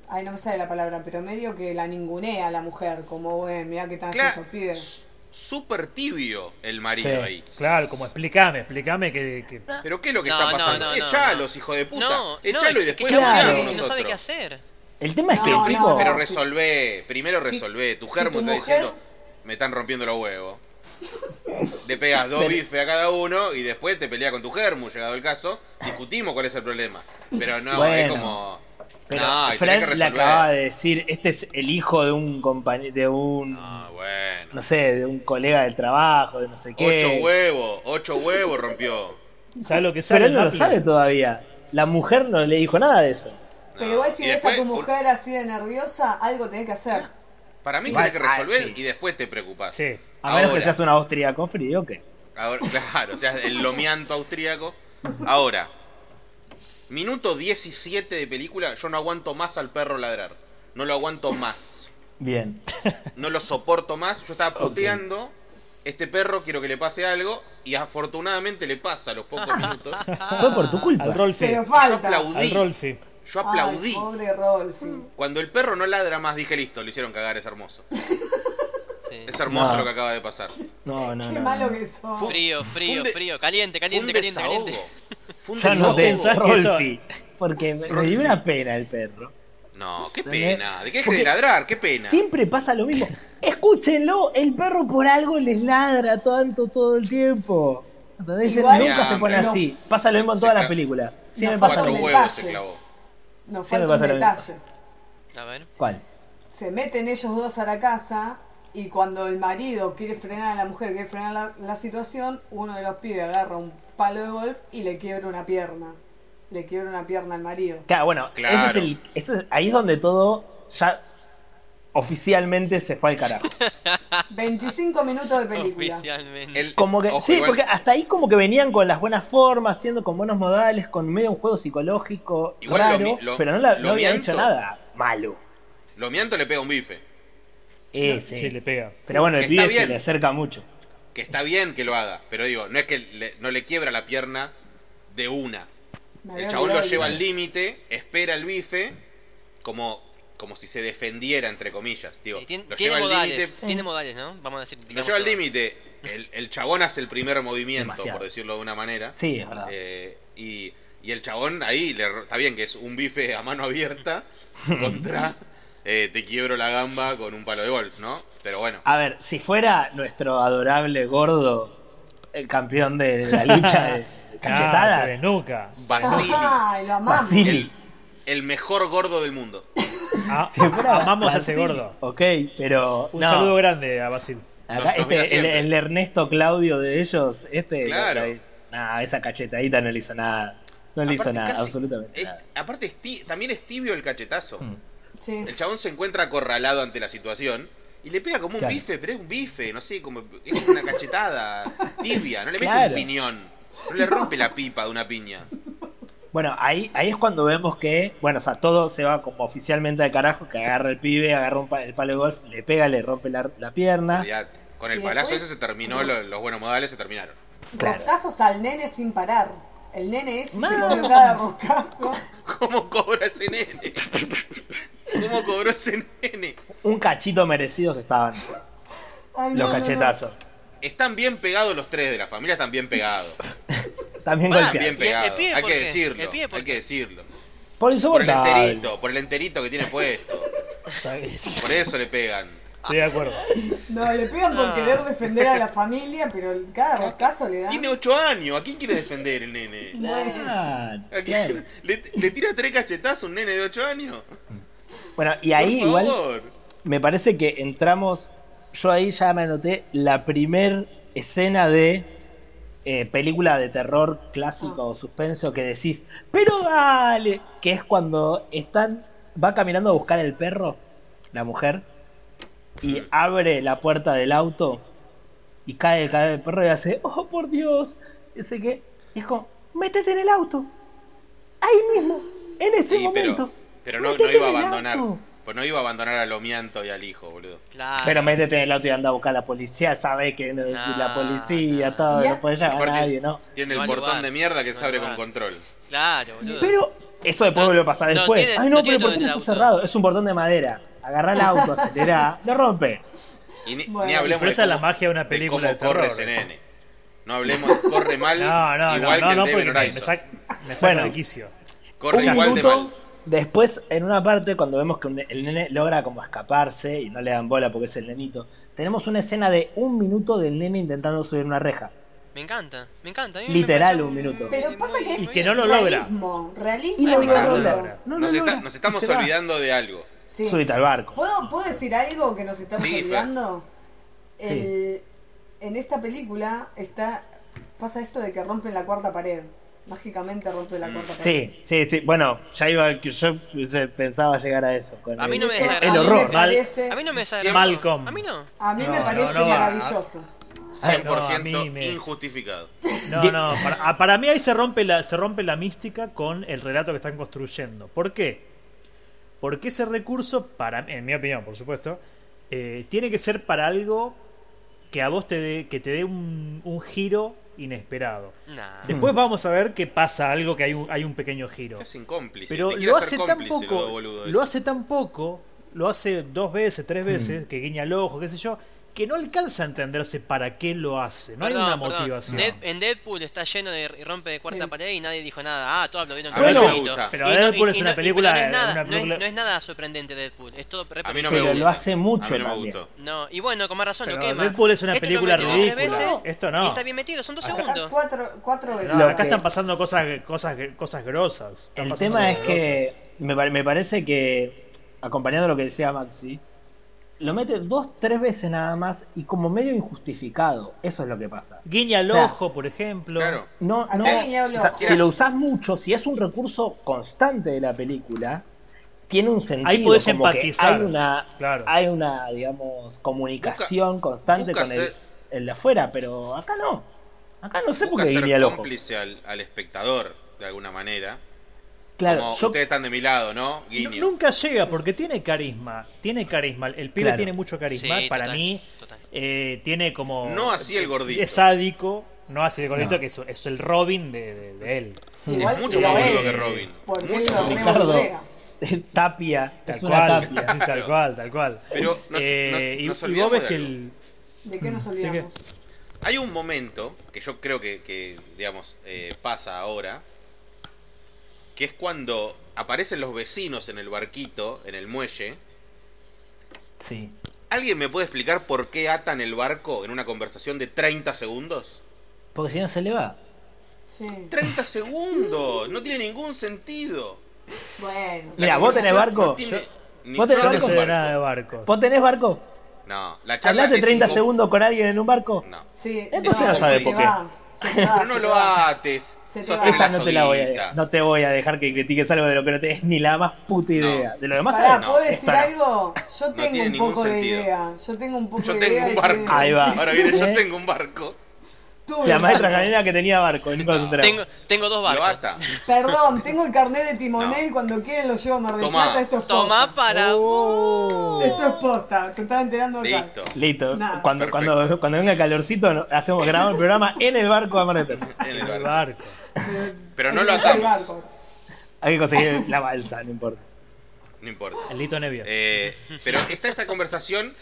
F: ay, no me sale la palabra, pero medio que la ningunea a la mujer, como, güey, mira que tan
B: Claro.
F: estos pibes.
B: s- Súper tibio el marido
C: Sí.
B: ahí.
E: Claro, como explícame, explícame que, que-
B: Pero ¿qué es lo que
D: No,
B: está
D: no,
B: pasando?
D: no, no,
B: Echalos, hijo de puta.
D: No,
B: Echalo
D: no,
B: y
D: es que
B: después
D: Chavo
C: Claro.
B: negociá con
D: que no sabe qué
B: nosotros.
D: hacer.
C: El tema es que
F: No,
C: el tipo.
F: no.
B: Pero
F: si-
B: resolvé, primero
F: si-
B: resolvé. Tu
F: si
B: germo
F: tu
B: está
F: mujer-
B: diciendo, me están rompiendo los huevos. Le pegas dos
C: Pero-
B: bifes a cada uno y después te peleas con tu germo, llegado el caso. Discutimos cuál es el problema. Pero no, es
C: Bueno.
B: como.
C: Pero
B: no, y tenés que
C: Fred le acaba
B: resolver.
C: de decir, este es el hijo de un compañero, de un,
B: No,
C: no.
B: bueno.
C: sé, de un colega del trabajo, de no sé qué.
B: Ocho huevos, ocho huevos rompió.
E: ¿Sabes lo que sale?
C: Pero él no
E: el
C: lo
E: Maple?
C: sabe todavía. La mujer no le dijo nada de eso.
F: Pero
B: No.
F: igual si
B: Y
F: ves a
B: después,
F: tu
B: un-
F: mujer así de nerviosa, algo tenés que hacer.
B: Para mí
C: Igual,
B: tenés que
C: ah,
B: resolver
C: sí.
B: y después te preocupás.
E: Sí.
C: A menos que
B: Ahora.
C: seas una austríaca con frío, ¿qué?
B: Ahora, claro, o sea, el lomianto austríaco. Ahora, minuto 17 de película, yo no aguanto más al perro ladrar. No lo aguanto más.
C: Bien.
B: No lo soporto más. Yo estaba puteando. Este perro quiero que le pase algo. Y afortunadamente le pasa a los pocos minutos.
C: Fue por tu culpa.
E: Al Rolfi.
F: Pero
B: Yo
F: falta.
E: Al
B: aplaudí.
E: Rolfi.
B: Yo
F: Ay,
B: aplaudí. Mm.
F: pobre Rolfi.
B: Cuando el perro no ladra más, dije listo, lo hicieron cagar, es hermoso.
D: Sí.
B: Es hermoso
C: No.
B: lo que acaba de pasar.
C: No, no,
F: Qué
C: no,
F: malo
C: no.
F: que sos.
D: Frío, frío,
B: un de-
D: frío. Caliente,
B: Fue un
D: caliente, caliente,
B: desahogo.
D: caliente.
B: Fue un
C: Ya no
B: desahogo.
C: te
E: pensás que eso-
C: Rolfi, Porque me, me dio una pena el perro.
B: No, qué
C: ¿Entendés?
B: pena. ¿De qué deje
C: Porque
B: de ladrar? Qué pena.
C: Siempre pasa lo mismo. Escúchenlo, el perro por algo les ladra tanto todo el tiempo. ¿Entendés?
F: Igual-
C: Nunca se pone
F: No.
C: así. Pasa lo mismo en
B: Se
C: todas
B: ca-
C: las películas. Siempre
F: No,
C: pasa lo
B: Cuatro
F: un
C: mismo.
B: huevos se
F: detalle.
B: clavó.
F: Nos
C: Sí, me
F: falta un
C: pasa lo mismo.
F: detalle.
D: A ver.
C: ¿Cuál?
F: Se meten ellos dos a la casa y cuando el marido quiere frenar a la mujer, quiere frenar la, la situación, uno de los pibes agarra un palo de golf y le quiebra una pierna. Le quiebra una pierna al marido.
C: Claro, bueno,
B: Claro.
C: ese es el- ese es- ahí es donde todo ya oficialmente se fue al carajo.
F: 25 minutos de película.
D: Oficialmente.
B: El-
C: Como que,
B: ojo,
C: sí,
B: igual-
C: porque hasta ahí como que venían con las buenas formas, siendo con buenos modales, con medio un juego psicológico
B: Igual
C: raro,
B: lo mi- lo-
C: pero no, la,
B: lo
C: no habían
B: miento.
C: hecho nada malo.
B: Lomianto le pega un bife.
C: Ese.
E: Sí, le pega.
C: Pero bueno, el
B: Que está
C: pibe se
B: bien.
C: le acerca mucho.
B: Que está bien que lo haga, pero digo, no es que le- no le quiebra la pierna de una.
F: Me
B: El
F: había
B: chabón lo
F: olvidado
B: lleva
F: el-
B: al límite, espera el bife, como, como si se defendiera, entre comillas. Digo,
D: Sí, tien-
B: lo
D: tiene
B: lleva al
D: modales,
B: límite.
D: tiene modales, ¿no? Vamos a decir.
B: Lo
D: digamos
B: lleva al
D: todo.
B: límite. El, el chabón hace el primer movimiento,
C: Demasiado.
B: por decirlo de una manera.
C: Sí, es verdad.
B: Eh, y, y el chabón ahí, le, ro- está bien que es un bife a mano abierta contra eh, te quiebro la gamba con un palo de golf, ¿no? Pero bueno,
C: A ver, si fuera nuestro adorable gordo, el campeón de la lucha de
E: Cachetadas.
C: cachetadas,
E: nunca.
B: Basili,
F: Ay, lo amamos.
C: Basili.
B: el, el mejor gordo del mundo.
E: A-
C: si fuera
E: amamos a
C: Basili,
E: ese gordo.
C: Ok, pero.
E: Un
C: no,
E: saludo grande a Basil.
C: Acá
B: Nos- nos mira
C: este, el,
B: siempre.
C: el Ernesto Claudio de ellos, este.
B: Claro.
C: la- la- nah, esa cachetadita no le hizo nada. No le hizo
B: Aparte,
C: nada,
B: casi-
C: absolutamente
B: es-
C: nada.
B: aparte, es ti- también es tibio el cachetazo.
C: Mm.
F: Sí.
B: El chabón se encuentra acorralado ante la situación y le pega como un
C: Claro.
B: bife, pero es un bife, no sé, como es como una cachetada tibia, no le mete
C: Claro.
B: un piñón, no le rompe la pipa de una piña.
C: Bueno, ahí, ahí es cuando vemos que, bueno, o sea, todo se va como oficialmente de carajo, que agarra el pibe, agarra un pa- el palo de golf, le pega, le rompe la, la pierna.
B: Ya, Con el
F: Y
B: palazo
F: después-
B: ese se terminó, lo- los buenos modales se terminaron.
C: Claro.
F: Roscazos al nene sin parar. El nene ese se
C: Mal.
F: comió cada roscazo.
B: ¿Cómo cobra ese nene? ¿Cómo cobró ese nene?
C: Un cachito merecidos estaban
F: Ay,
C: los
F: no, no, no.
C: cachetazos.
B: Están bien pegados los tres de la familia, están bien pegados.
C: También
D: Pará,
B: Están
C: golpeados.
B: bien
D: ¿Y el- el
B: pegados.
D: pibe
B: Hay
D: por
B: que
D: qué? ¿El
B: decirlo.
D: pibe por
B: Hay que
D: qué?
B: decirlo.
C: Por
B: Por el
C: insoportable.
B: enterito, por el enterito que tiene puesto. Por eso le pegan.
E: Estoy de acuerdo.
F: No, le pegan por
D: Ah.
F: querer defender a la familia, pero cada roscazo le dan.
B: Tiene 8 años, ¿a quién quiere defender el nene?
F: Bueno,
C: Claro,
B: ¿A quién?
C: claro.
B: ¿Le, le tira tres cachetazos a un nene de 8 años?
C: Bueno, y ahí
B: Por
C: igual
B: favor.
C: me parece que entramos. Yo ahí ya me anoté la primer escena de eh, película de terror clásica o suspenso que decís, pero dale, que es cuando están, va caminando a buscar el perro, la mujer, y abre la puerta del auto y cae, cae el perro y hace, oh por Dios, ese que, y es como, métete en el auto, ahí mismo, en ese
B: Sí,
C: momento.
B: pero, pero no, no
C: Métete
B: iba a
C: en el
B: abandonar.
C: auto".
B: Pues no iba a abandonar a Lomianto y al hijo, boludo.
D: Claro.
C: Pero métete en el auto y anda a buscar a la policía, sabe que no-
D: No,
C: la policía,
D: no.
C: todo,
F: Ya.
C: no puede llegar
B: Aparte-
C: a nadie, ¿no?
B: Tiene
D: No
B: el
D: hay
B: portón
D: lugar,
B: de mierda que
D: no
B: se
D: hay
B: abre
D: lugar.
B: con control.
D: Claro, boludo.
C: Pero eso después
D: No,
C: vuelve a pasar
D: no
C: después.
D: tiene-
C: Ay, no, pero
D: no tiene
C: el
D: todo
C: portón
D: el
C: está
D: auto.
C: cerrado, es un portón de madera. Agarra el auto, acelera, lo rompe.
B: Y ni,
F: Bueno.
B: ni hablemos
E: Pero esa
B: de
E: es la
B: cómo-
E: magia de una película
B: cómo
E: de terror.
B: corre ese nene. No hablemos, corre mal,
E: No, no,
B: igual
E: no, no,
B: que
E: no,
B: el
E: porque
B: Devil
E: me,
B: Horizon.
E: me sac- me saca
C: Bueno.
E: de quicio.
B: Corre
C: un
B: igual de
C: minuto
B: mal.
C: después, en una parte, cuando vemos que un- el nene logra como escaparse y no le dan bola porque es el nenito, tenemos una escena de un minuto del nene intentando subir una reja.
D: Me encanta, me encanta. a mí me
C: Literal,
D: parece
C: un minuto.
F: Pero pasa que es-
E: Y que no lo logra.
F: realismo, realismo.
C: Y no
D: me
C: lo
D: encanta.
C: logra. No lo
B: Nos, está-
C: logra.
B: nos
C: Y
B: estamos
C: se va.
B: olvidando de algo.
F: Sí.
C: Súbite al barco.
F: ¿Puedo, ¿Puedo decir algo que nos estamos
B: Sí, Fer.
F: olvidando?
C: Sí.
F: El- En esta película está pasa esto de que rompen la cuarta pared. Mágicamente rompen la
B: Mm.
F: cuarta pared.
C: Sí, sí, sí. Bueno, ya iba, que yo eh, pensaba llegar a eso. con
D: A mí
C: el-
D: no me
F: Eso
D: desagrada.
C: El
F: A mí
C: horror.
F: me
E: Mal.
F: parece,
D: A mí no me desagrada.
E: Malcolm.
D: A mí no.
F: a mí me
E: No,
F: parece
E: no, no,
F: maravilloso.
C: Ay,
B: 100%
E: no, a mí me-
B: injustificado.
E: No, no, para, ah, para mí ahí se rompe, la, se rompe la mística con el relato que están construyendo. ¿Por qué? Porque ese recurso, para, en mi opinión, por supuesto, eh, tiene que ser para algo que a vos te dé, que te dé un, un giro inesperado.
D: Nah.
E: Después vamos a ver que pasa algo que hay un, hay un pequeño giro.
B: Es incómplice.
E: Pero
B: te quiere
E: lo
B: hacer
E: hace tan
B: cómplice,
E: poco,
B: lo boludo
E: lo
B: ese.
E: hace tan poco, lo hace dos veces, tres
C: Hmm.
E: veces, que guiña el ojo, qué sé yo, que no alcanza a entenderse para qué lo hace. No hay
D: Perdón,
E: una
D: perdón.
E: motivación.
D: Dead- en Deadpool está lleno de y rompe de cuarta
F: Sí.
D: pared y nadie dijo nada. Ah, todos lo vieron
B: A
D: como
E: mí no
D: un
E: me
D: pito.
B: gusta.
E: Pero
D: Y no-
E: Deadpool
D: y-
E: es
D: y
E: una
D: no- y- pero
E: película-
D: no es nada,
E: una
D: no es-
E: película-
D: no es nada sorprendente Deadpool. Es todo re
B: A mí no
C: Pero
B: me
C: lo
B: gusta.
C: hace mucho
B: A mí no me
C: también.
B: gustó.
D: No, y bueno, con más razón
E: Pero
D: lo quema.
E: Deadpool es una
D: Este lo
E: película
D: metió tres
E: ridícula.
D: veces
E: Esto no.
D: Y está bien metido, son dos
F: Acá
D: segundos.
F: cuatro, cuatro veces.
E: No,
C: Lo
E: acá
C: que-
E: están pasando cosas cosas cosas grosas. Están
C: El
E: pasando
C: tema es
E: cosas
C: que
E: grosas.
C: me, pare- me parece que, acompañando lo que decía Maxi, lo mete dos, tres veces nada más y como medio injustificado. Eso es lo que pasa.
E: Guiña el
C: O sea,
E: ojo, por ejemplo.
B: Claro.
C: No,
F: Acá
C: no.
F: ni hablo.
C: o sea, si lo usás mucho, si es un recurso constante de la película, tiene un sentido.
E: Ahí podés
C: como que
E: empatizar.
C: Hay una,
E: Claro.
C: hay una, digamos, comunicación constante
B: busca
C: con el,
B: ser-
C: el de afuera, pero acá no. Acá no sé por
B: Busca
C: qué guiña
B: ser
C: el ojo.
B: cómplice al, al espectador, de alguna manera.
C: Claro,
B: Como
C: yo-
B: ustedes están de mi lado, ¿no?
E: Nu-
B: Guiño.
E: Nunca llega porque tiene carisma. Tiene carisma. El pibe
C: Claro.
E: tiene mucho carisma.
D: Sí,
E: Para
D: total,
E: mí,
D: total.
E: eh, tiene como.
B: No así el gordito.
E: Es sádico. No así el gordito,
C: No.
E: que es, es el Robin de, de- de él.
B: Es mucho
F: lo
B: más
F: es,
B: boludo que Robin.
F: Porque él
B: Mucho
F: lo
B: más boludo.
C: Ricardo.
F: rebordea.
C: Tapia,
E: Tal
C: es una
E: cual.
C: tapia.
E: sí, tal cual, tal cual.
B: Pero nos-
E: Eh,
B: nos-
E: y-
B: nos
E: y, vos
B: olvidamos
E: ves
B: de
E: que
B: algo.
E: el.
F: ¿De qué nos olvidamos?
B: Hay un momento que yo creo que, que, digamos, eh, pasa ahora, que es cuando aparecen los vecinos en el barquito, en el muelle,
C: Sí.
B: ¿Alguien me puede explicar por qué atan el barco en una conversación de 30 segundos?
C: Porque si no se le va.
F: Sí.
B: 30 segundos, no tiene ningún sentido.
F: Bueno.
C: Mirá, vos tenés barco.
B: No tiene ni-
C: vos tenés
B: no
E: Yo no
C: barco.
E: sé de
B: barco.
E: nada de barco.
C: ¿Vos tenés barco?
B: No, la charla
C: ¿Hablaste
B: es
C: 30
B: inco-
C: segundos con alguien en un barco?
B: No.
F: Sí.
C: Entonces
B: no sabe
F: se
B: por
F: te
B: qué.
F: va, se te va,
B: Pero
F: Ah, se
B: no
F: te
B: lo
F: va.
B: ates.
F: Se te
B: sos
F: va.
B: de
C: Esa
B: la
C: Ah, no te la voy a
B: soguita.
C: dejar. No te voy a dejar que critiques algo de lo que no tenés ni la más puta idea.
B: No.
C: De lo demás
F: Pará,
C: sabés.
F: ¿puedo
C: Está
F: decir
C: no.
F: algo? Yo
B: tiene
F: tengo un
B: ningún
F: poco de
B: sentido.
F: idea. Yo tengo un poco
B: Yo
F: de
B: tengo
F: idea.
B: un
F: de que-
B: barco.
C: Ahí va.
B: Ahora viene, yo
C: ¿Eh?
B: tengo un barco.
F: Tuve
C: La
F: un
C: maestra
F: barco.
C: Canela que tenía barco, nunca se enteraba.
D: Tengo, tengo dos
B: Lo
D: barcos.
B: ata.
F: Perdón, tengo el carnet de timonel. Cuando quieren lo llevo a Mar del
B: Tomá.
F: Plata. Esto es
D: Tomá
F: posta.
D: para
E: Oh.
F: Esto es posta. Se estaba enterando acá.
B: Listo.
C: Listo.
F: Nada.
C: Cuando,
B: Perfecto.
C: cuando, cuando venga calorcito, no- hacemos grabamos el programa en el barco de Mar del Plata.
B: En el
E: En el
B: barco.
E: barco.
B: Pero no lo
F: Hay que
B: atamos.
F: usar el barco.
C: Hay que conseguir la balsa, no importa.
B: No importa.
E: El Lito Nevia.
B: Eh, pero está esa conversación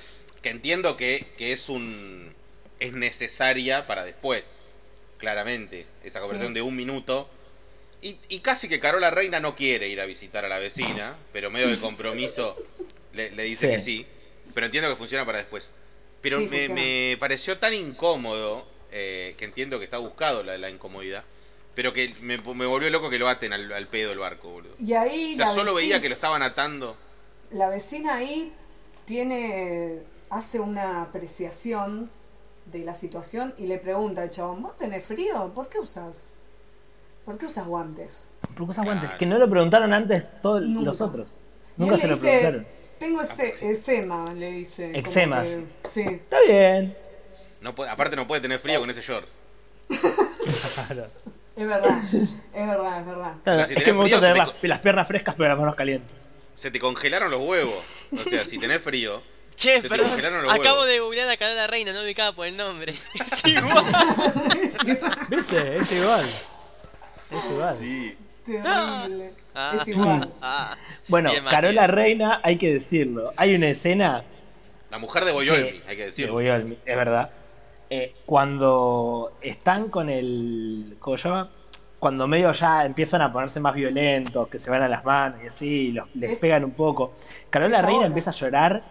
B: que entiendo que, que es un es necesaria para después, claramente. Esa conversación
F: Sí.
B: de un minuto. Y, y casi que Carola Reina no quiere ir a visitar a la vecina, pero medio de compromiso le, le dice
C: Sí.
B: que sí. Pero entiendo que funciona para después. Pero
F: Sí,
B: me,
F: funciona.
B: me pareció tan incómodo, eh, que entiendo que está buscado la, la incomodidad, pero que me, me volvió loco que lo aten al, al pedo el barco, boludo.
F: Y ahí
B: O sea,
F: la
B: solo
F: vecina-
B: veía que lo estaban atando.
F: La vecina ahí tiene hace una apreciación de la situación y le pregunta al chabón, ¿vos tenés frío? ¿Por qué usas? ¿Por qué usas guantes?
C: ¿Por qué usas guantes?
B: Claro.
C: Que no lo preguntaron antes todos
F: Nunca.
C: los otros.
F: Y
C: Nunca
F: él
C: se
F: le
C: lo
F: dice,
C: preguntaron.
F: Tengo ese, eczema, le dice. como
C: Eczemas.
F: que- sí.
C: Está bien.
B: No puede- aparte no puede tener frío con ese short.
E: Claro.
F: Es verdad, es verdad, es verdad.
C: Claro,
B: si
C: es que
B: tenés
C: me gusta
B: frío, se
C: tener
B: te
C: las, las piernas frescas pero las manos calientes.
B: Se te congelaron los huevos. O sea, si tenés frío.
D: Che,
B: Se te
D: perdón.
B: congelaron los
D: Acabo
B: huevos.
D: de googlear a Carola Reina, no ubicaba por el nombre. Es igual.
E: ¿Viste? Este, Es igual. Es igual.
B: Sí.
F: Terrible.
D: Ah.
F: Es igual.
C: Mm.
D: Ah,
C: Bueno,
D: Bien, Mati.
C: Carola Reina, hay que decirlo. Hay una escena
B: La mujer de Boyolmi,
C: Sí.
B: hay que
C: de
B: decirlo.
C: Boyolmi, es verdad. Eh, cuando están con el. ¿Cómo se llama? Cuando medio ya empiezan a ponerse más violentos, que se van a las manos y así, y los- les
F: Es-
C: pegan un poco. Carola
F: es
C: Reina
F: ahora.
C: empieza a llorar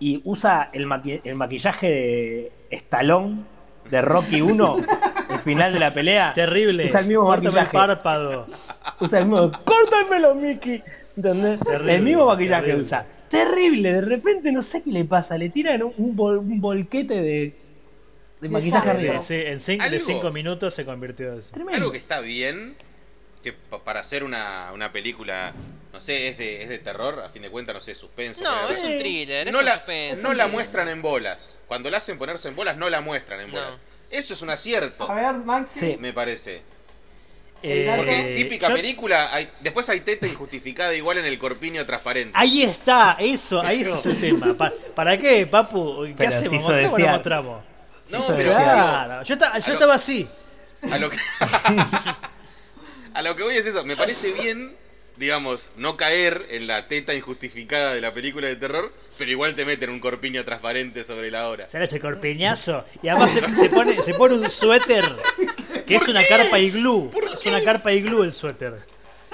C: y usa el, maqui- el maquillaje de Estalón de Rocky 1, el final de la pelea.
E: Terrible.
C: Usa el mismo
E: Córtame el
C: maquillaje.
E: párpado.
C: Usa el mismo, córtamelo, Mickey. ¿Entendés?
E: Terrible,
C: el mismo maquillaje
E: terrible.
C: usa. Terrible, de repente no sé qué le pasa, le tiran un, un vol- un volquete de, de maquillaje
F: llanto.
C: arriba.
E: Terrible, Eh, sí, en cinco, de
B: Algo.
E: 5 minutos se convirtió en eso.
C: Tremendo.
B: Algo que está bien, que pa- para hacer una, una película, no sé, es de, es de terror, a fin de cuentas, no sé, suspenso.
D: no,
B: pero-
D: es un thriller, es
B: no
D: un
B: la,
D: suspenso.
B: no la
D: sí.
B: muestran en bolas. Cuando la hacen ponerse en bolas, no la muestran en
D: No.
B: bolas. Eso es un acierto,
F: A ver, Maxi.
C: Sí.
B: me parece.
E: Eh,
B: Porque típica
E: yo-
B: película, hay- después hay teta injustificada igual en el corpiño transparente.
E: Ahí está, eso, ahí ese es el tema. Pa- ¿Para qué, Papu? ¿Qué
C: Pero
E: hacemos?
C: hizo
E: ¿Mostramos o no
C: desear.
E: mostramos?
B: no,
C: sí,
B: pero
E: Claro, yo, esta- yo
B: Algo-
E: estaba así.
B: A lo que, a lo que voy es eso. Me parece bien, digamos, no caer en la teta injustificada de la película de terror, pero igual te meten un corpiño transparente sobre la hora.
E: Sale ese corpiñazo y además se, se pone, se pone un suéter que es una carpa iglú. Es una carpa iglú el suéter.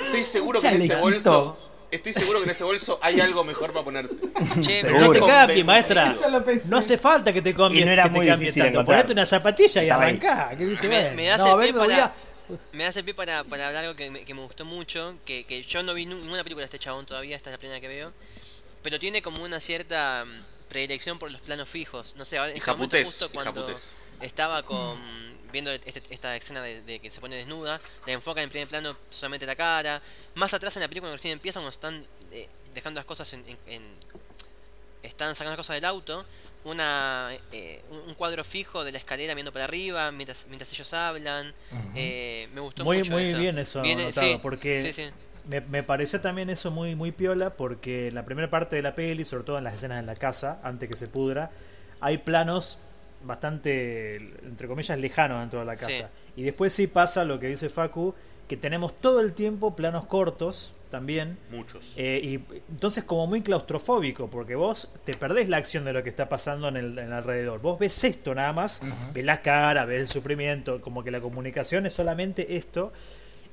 B: Estoy seguro que en ese
C: Chalecito.
B: bolso. Estoy seguro que en ese bolso hay algo mejor para ponerse.
D: Che,
E: Pero no te
B: Seguro.
E: cambie, maestra.
F: Eso lo pensé.
E: No hace falta que te cambie,
C: Y no era
E: que te
C: muy
E: cambie
C: difícil
E: tanto.
C: encontrar.
E: Ponete una zapatilla y
C: Estaba ahí.
E: arrancá. ¿Qué viste?
D: Me,
E: Ven.
D: me das
E: No,
D: el
E: ven,
D: pie
E: me
D: para,
E: voy
D: me das el pie para, para hablar algo que me, que me gustó mucho, que, que yo no vi nu- ninguna película de este chabón todavía, esta es la primera que veo, pero tiene como una cierta mm, predilección por los planos fijos. No sé, ahora en
B: Y
D: ese momento
B: japutés,
D: justo
B: y
D: cuando
B: japutés.
D: estaba con viendo este- esta escena de, de que se pone desnuda, la enfocan en primer plano solamente la cara. Más atrás en la película cuando recién empieza, cuando están eh, dejando las cosas en, en- en- están sacando las cosas del auto, una eh, un un cuadro fijo de la escalera viendo para arriba mientras mientras ellos hablan. Eh, me
E: a-
D: gustó
E: Muy,
D: mucho
E: muy
D: eso.
E: bien eso,
D: Viene-
E: anotado,
D: sí,
E: porque
D: sí, sí.
E: Me, me pareció también eso muy, muy piola porque en la primera parte de la peli, sobre todo en las escenas en la casa, antes que se pudra, hay planos bastante, entre comillas, lejanos dentro de la casa.
D: Sí.
E: Y después sí pasa lo que dice Facu, que tenemos todo el tiempo planos cortos también.
B: Muchos.
E: eh, y entonces como muy claustrofóbico, porque vos te perdés la acción de lo que está pasando en el, en el alrededor. Vos ves esto nada más, ves la cara, ves el sufrimiento, como que la comunicación es solamente esto.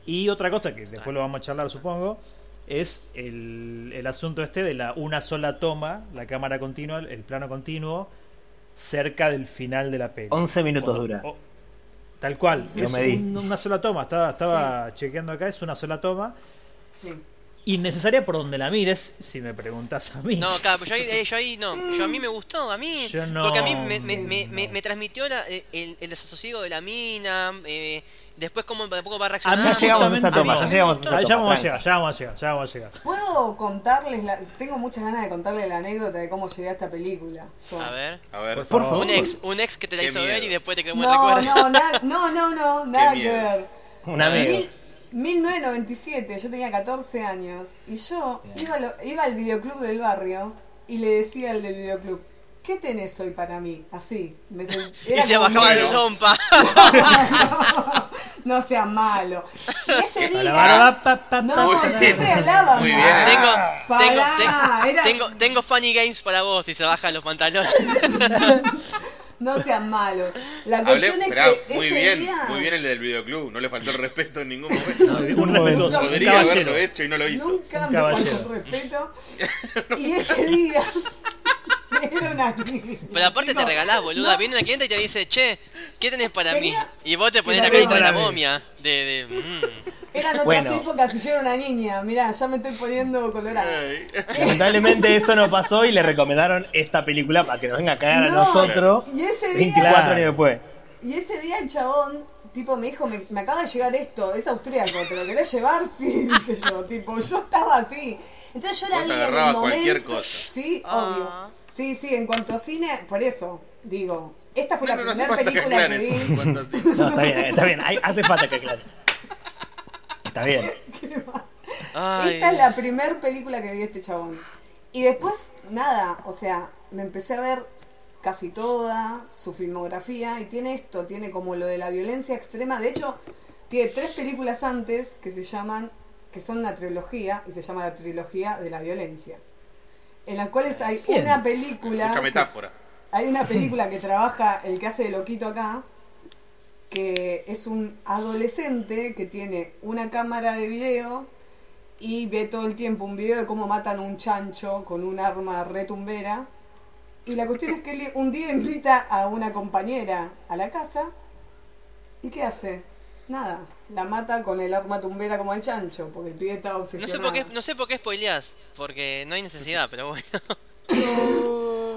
E: Y otra cosa que después lo vamos a charlar, supongo, es el, el asunto este de la una sola toma, la cámara continua, el plano continuo, cerca del final de la peli.
C: 11 minutos
E: O-
C: dura.
E: o- tal cual,
C: Lo
E: es
C: medí.
E: un- una sola toma, estaba, estaba chequeando acá, es una sola toma.
F: Sí.
E: Innecesaria por donde la mires, si me preguntas a mí.
D: No, claro, yo ahí, eh, yo ahí no. Yo a mí me gustó, a mí.
E: Yo no,
D: porque a mí me, me-
E: no.
D: me- me- me transmitió la- el, el desasosiego de la mina. eh, después, cómo tampoco va reaccionando.
C: Ya llegamos a esa
E: Ah, justamente
C: toma,
E: a
C: ya
E: mí-
C: llegamos a esa
E: Ah, ya
C: toma.
E: vamos a
C: tranqui.
E: llegar, ya vamos a llegar, ya vamos a llegar.
F: ¿Puedo contarles la... Tengo muchas ganas de contarles la anécdota de cómo llegué a esta película. yo.
D: A ver.
B: A ver,
E: Por favor.
D: Un ex, un ex que te la
B: Qué
D: hizo
B: miedo.
D: ver y después te quedó un buen
F: No,
D: recuerdo.
F: no, na- no, no, no, nada que
B: miedo.
F: ver.
C: Un amigo.
F: Mil- 1997, yo tenía 14 años y yo iba, a lo- iba al videoclub del barrio y le decía al del videoclub, ¿qué tenés hoy para mí? Así. Me sen-
D: Y
F: era
D: se
F: como
D: bajaba
F: medio-
D: el lompa.
F: No sea malo. Y ese
E: Para, para, pa,
F: día...
E: pa, pa,
F: No,
E: pa, pa.
F: siempre hablaba.
B: Muy bien.
F: mal.
D: Tengo, tengo,
F: Pará,
D: te-
F: era-
D: tengo, tengo funny games para vos y se bajan los pantalones.
F: No sean malos. La
B: hablé,
F: cuestión
B: esperá,
F: es que
B: muy
F: ese
B: bien,
F: día
B: muy bien el del videoclub, no le faltó el respeto en ningún momento.
E: Un respetuoso, un
B: Podría haberlo
E: caballero.
B: hecho y no lo hizo.
F: nunca me
E: caballero.
F: faltó el respeto. Y ese día era una
D: Pero aparte te regalás, boluda. Viene una cliente y te dice, che, ¿qué tenés para mí?
F: Tenía-
D: Y vos te pones
F: Tenía
D: la carita de la
E: para mí.
D: momia. De, de, mm.
F: Eran otras
C: Bueno.
F: épocas y yo era una niña. Mirá, ya me estoy poniendo colorada.
B: Ay.
C: Lamentablemente eso no pasó y le recomendaron esta película para que nos venga a cagar
F: No.
C: a nosotros
F: Y ese día,
C: 24 años después.
F: y ese día el chabón, tipo, me dijo, me, me acaba de llegar esto, es austríaco, ¿te lo querés llevar? Sí, dije yo, tipo, yo estaba así. Entonces yo
B: Vos
F: la vi en el
B: agarrabas
F: momento.
B: cualquier cosa.
F: Sí,
D: Ah.
F: obvio. Sí, sí, en cuanto a cine, por eso, digo, esta fue
B: No,
F: la
B: no, no hace
F: primera
B: falta que
F: película que
B: aclares.
F: vi.
B: Cuando así.
C: No, está bien, está bien. Hay- hace falta que aclare. Está bien.
D: Ay.
F: Esta es la primer película que vi de este chabón. Y después, nada, o sea, me empecé a ver casi toda su filmografía y tiene esto, tiene como lo de la violencia extrema. De hecho, tiene tres películas antes que se llaman, que son una trilogía, y se llama la trilogía de la violencia. En las cuales hay
C: Bien.
F: una película.
B: Mucha
F: que-
B: metáfora.
F: hay una película que trabaja el que hace de loquito acá, que es un adolescente que tiene una cámara de video y ve todo el tiempo un video de cómo matan a un chancho con un arma retumbera. Y la cuestión es que él un día invita a una compañera a la casa y ¿qué hace? Nada, la mata con el arma tumbera como al chancho, porque el pibe estaba
D: No sé
F: obsesionado.
D: por qué, no sé por qué spoileás, porque no hay necesidad, pero bueno.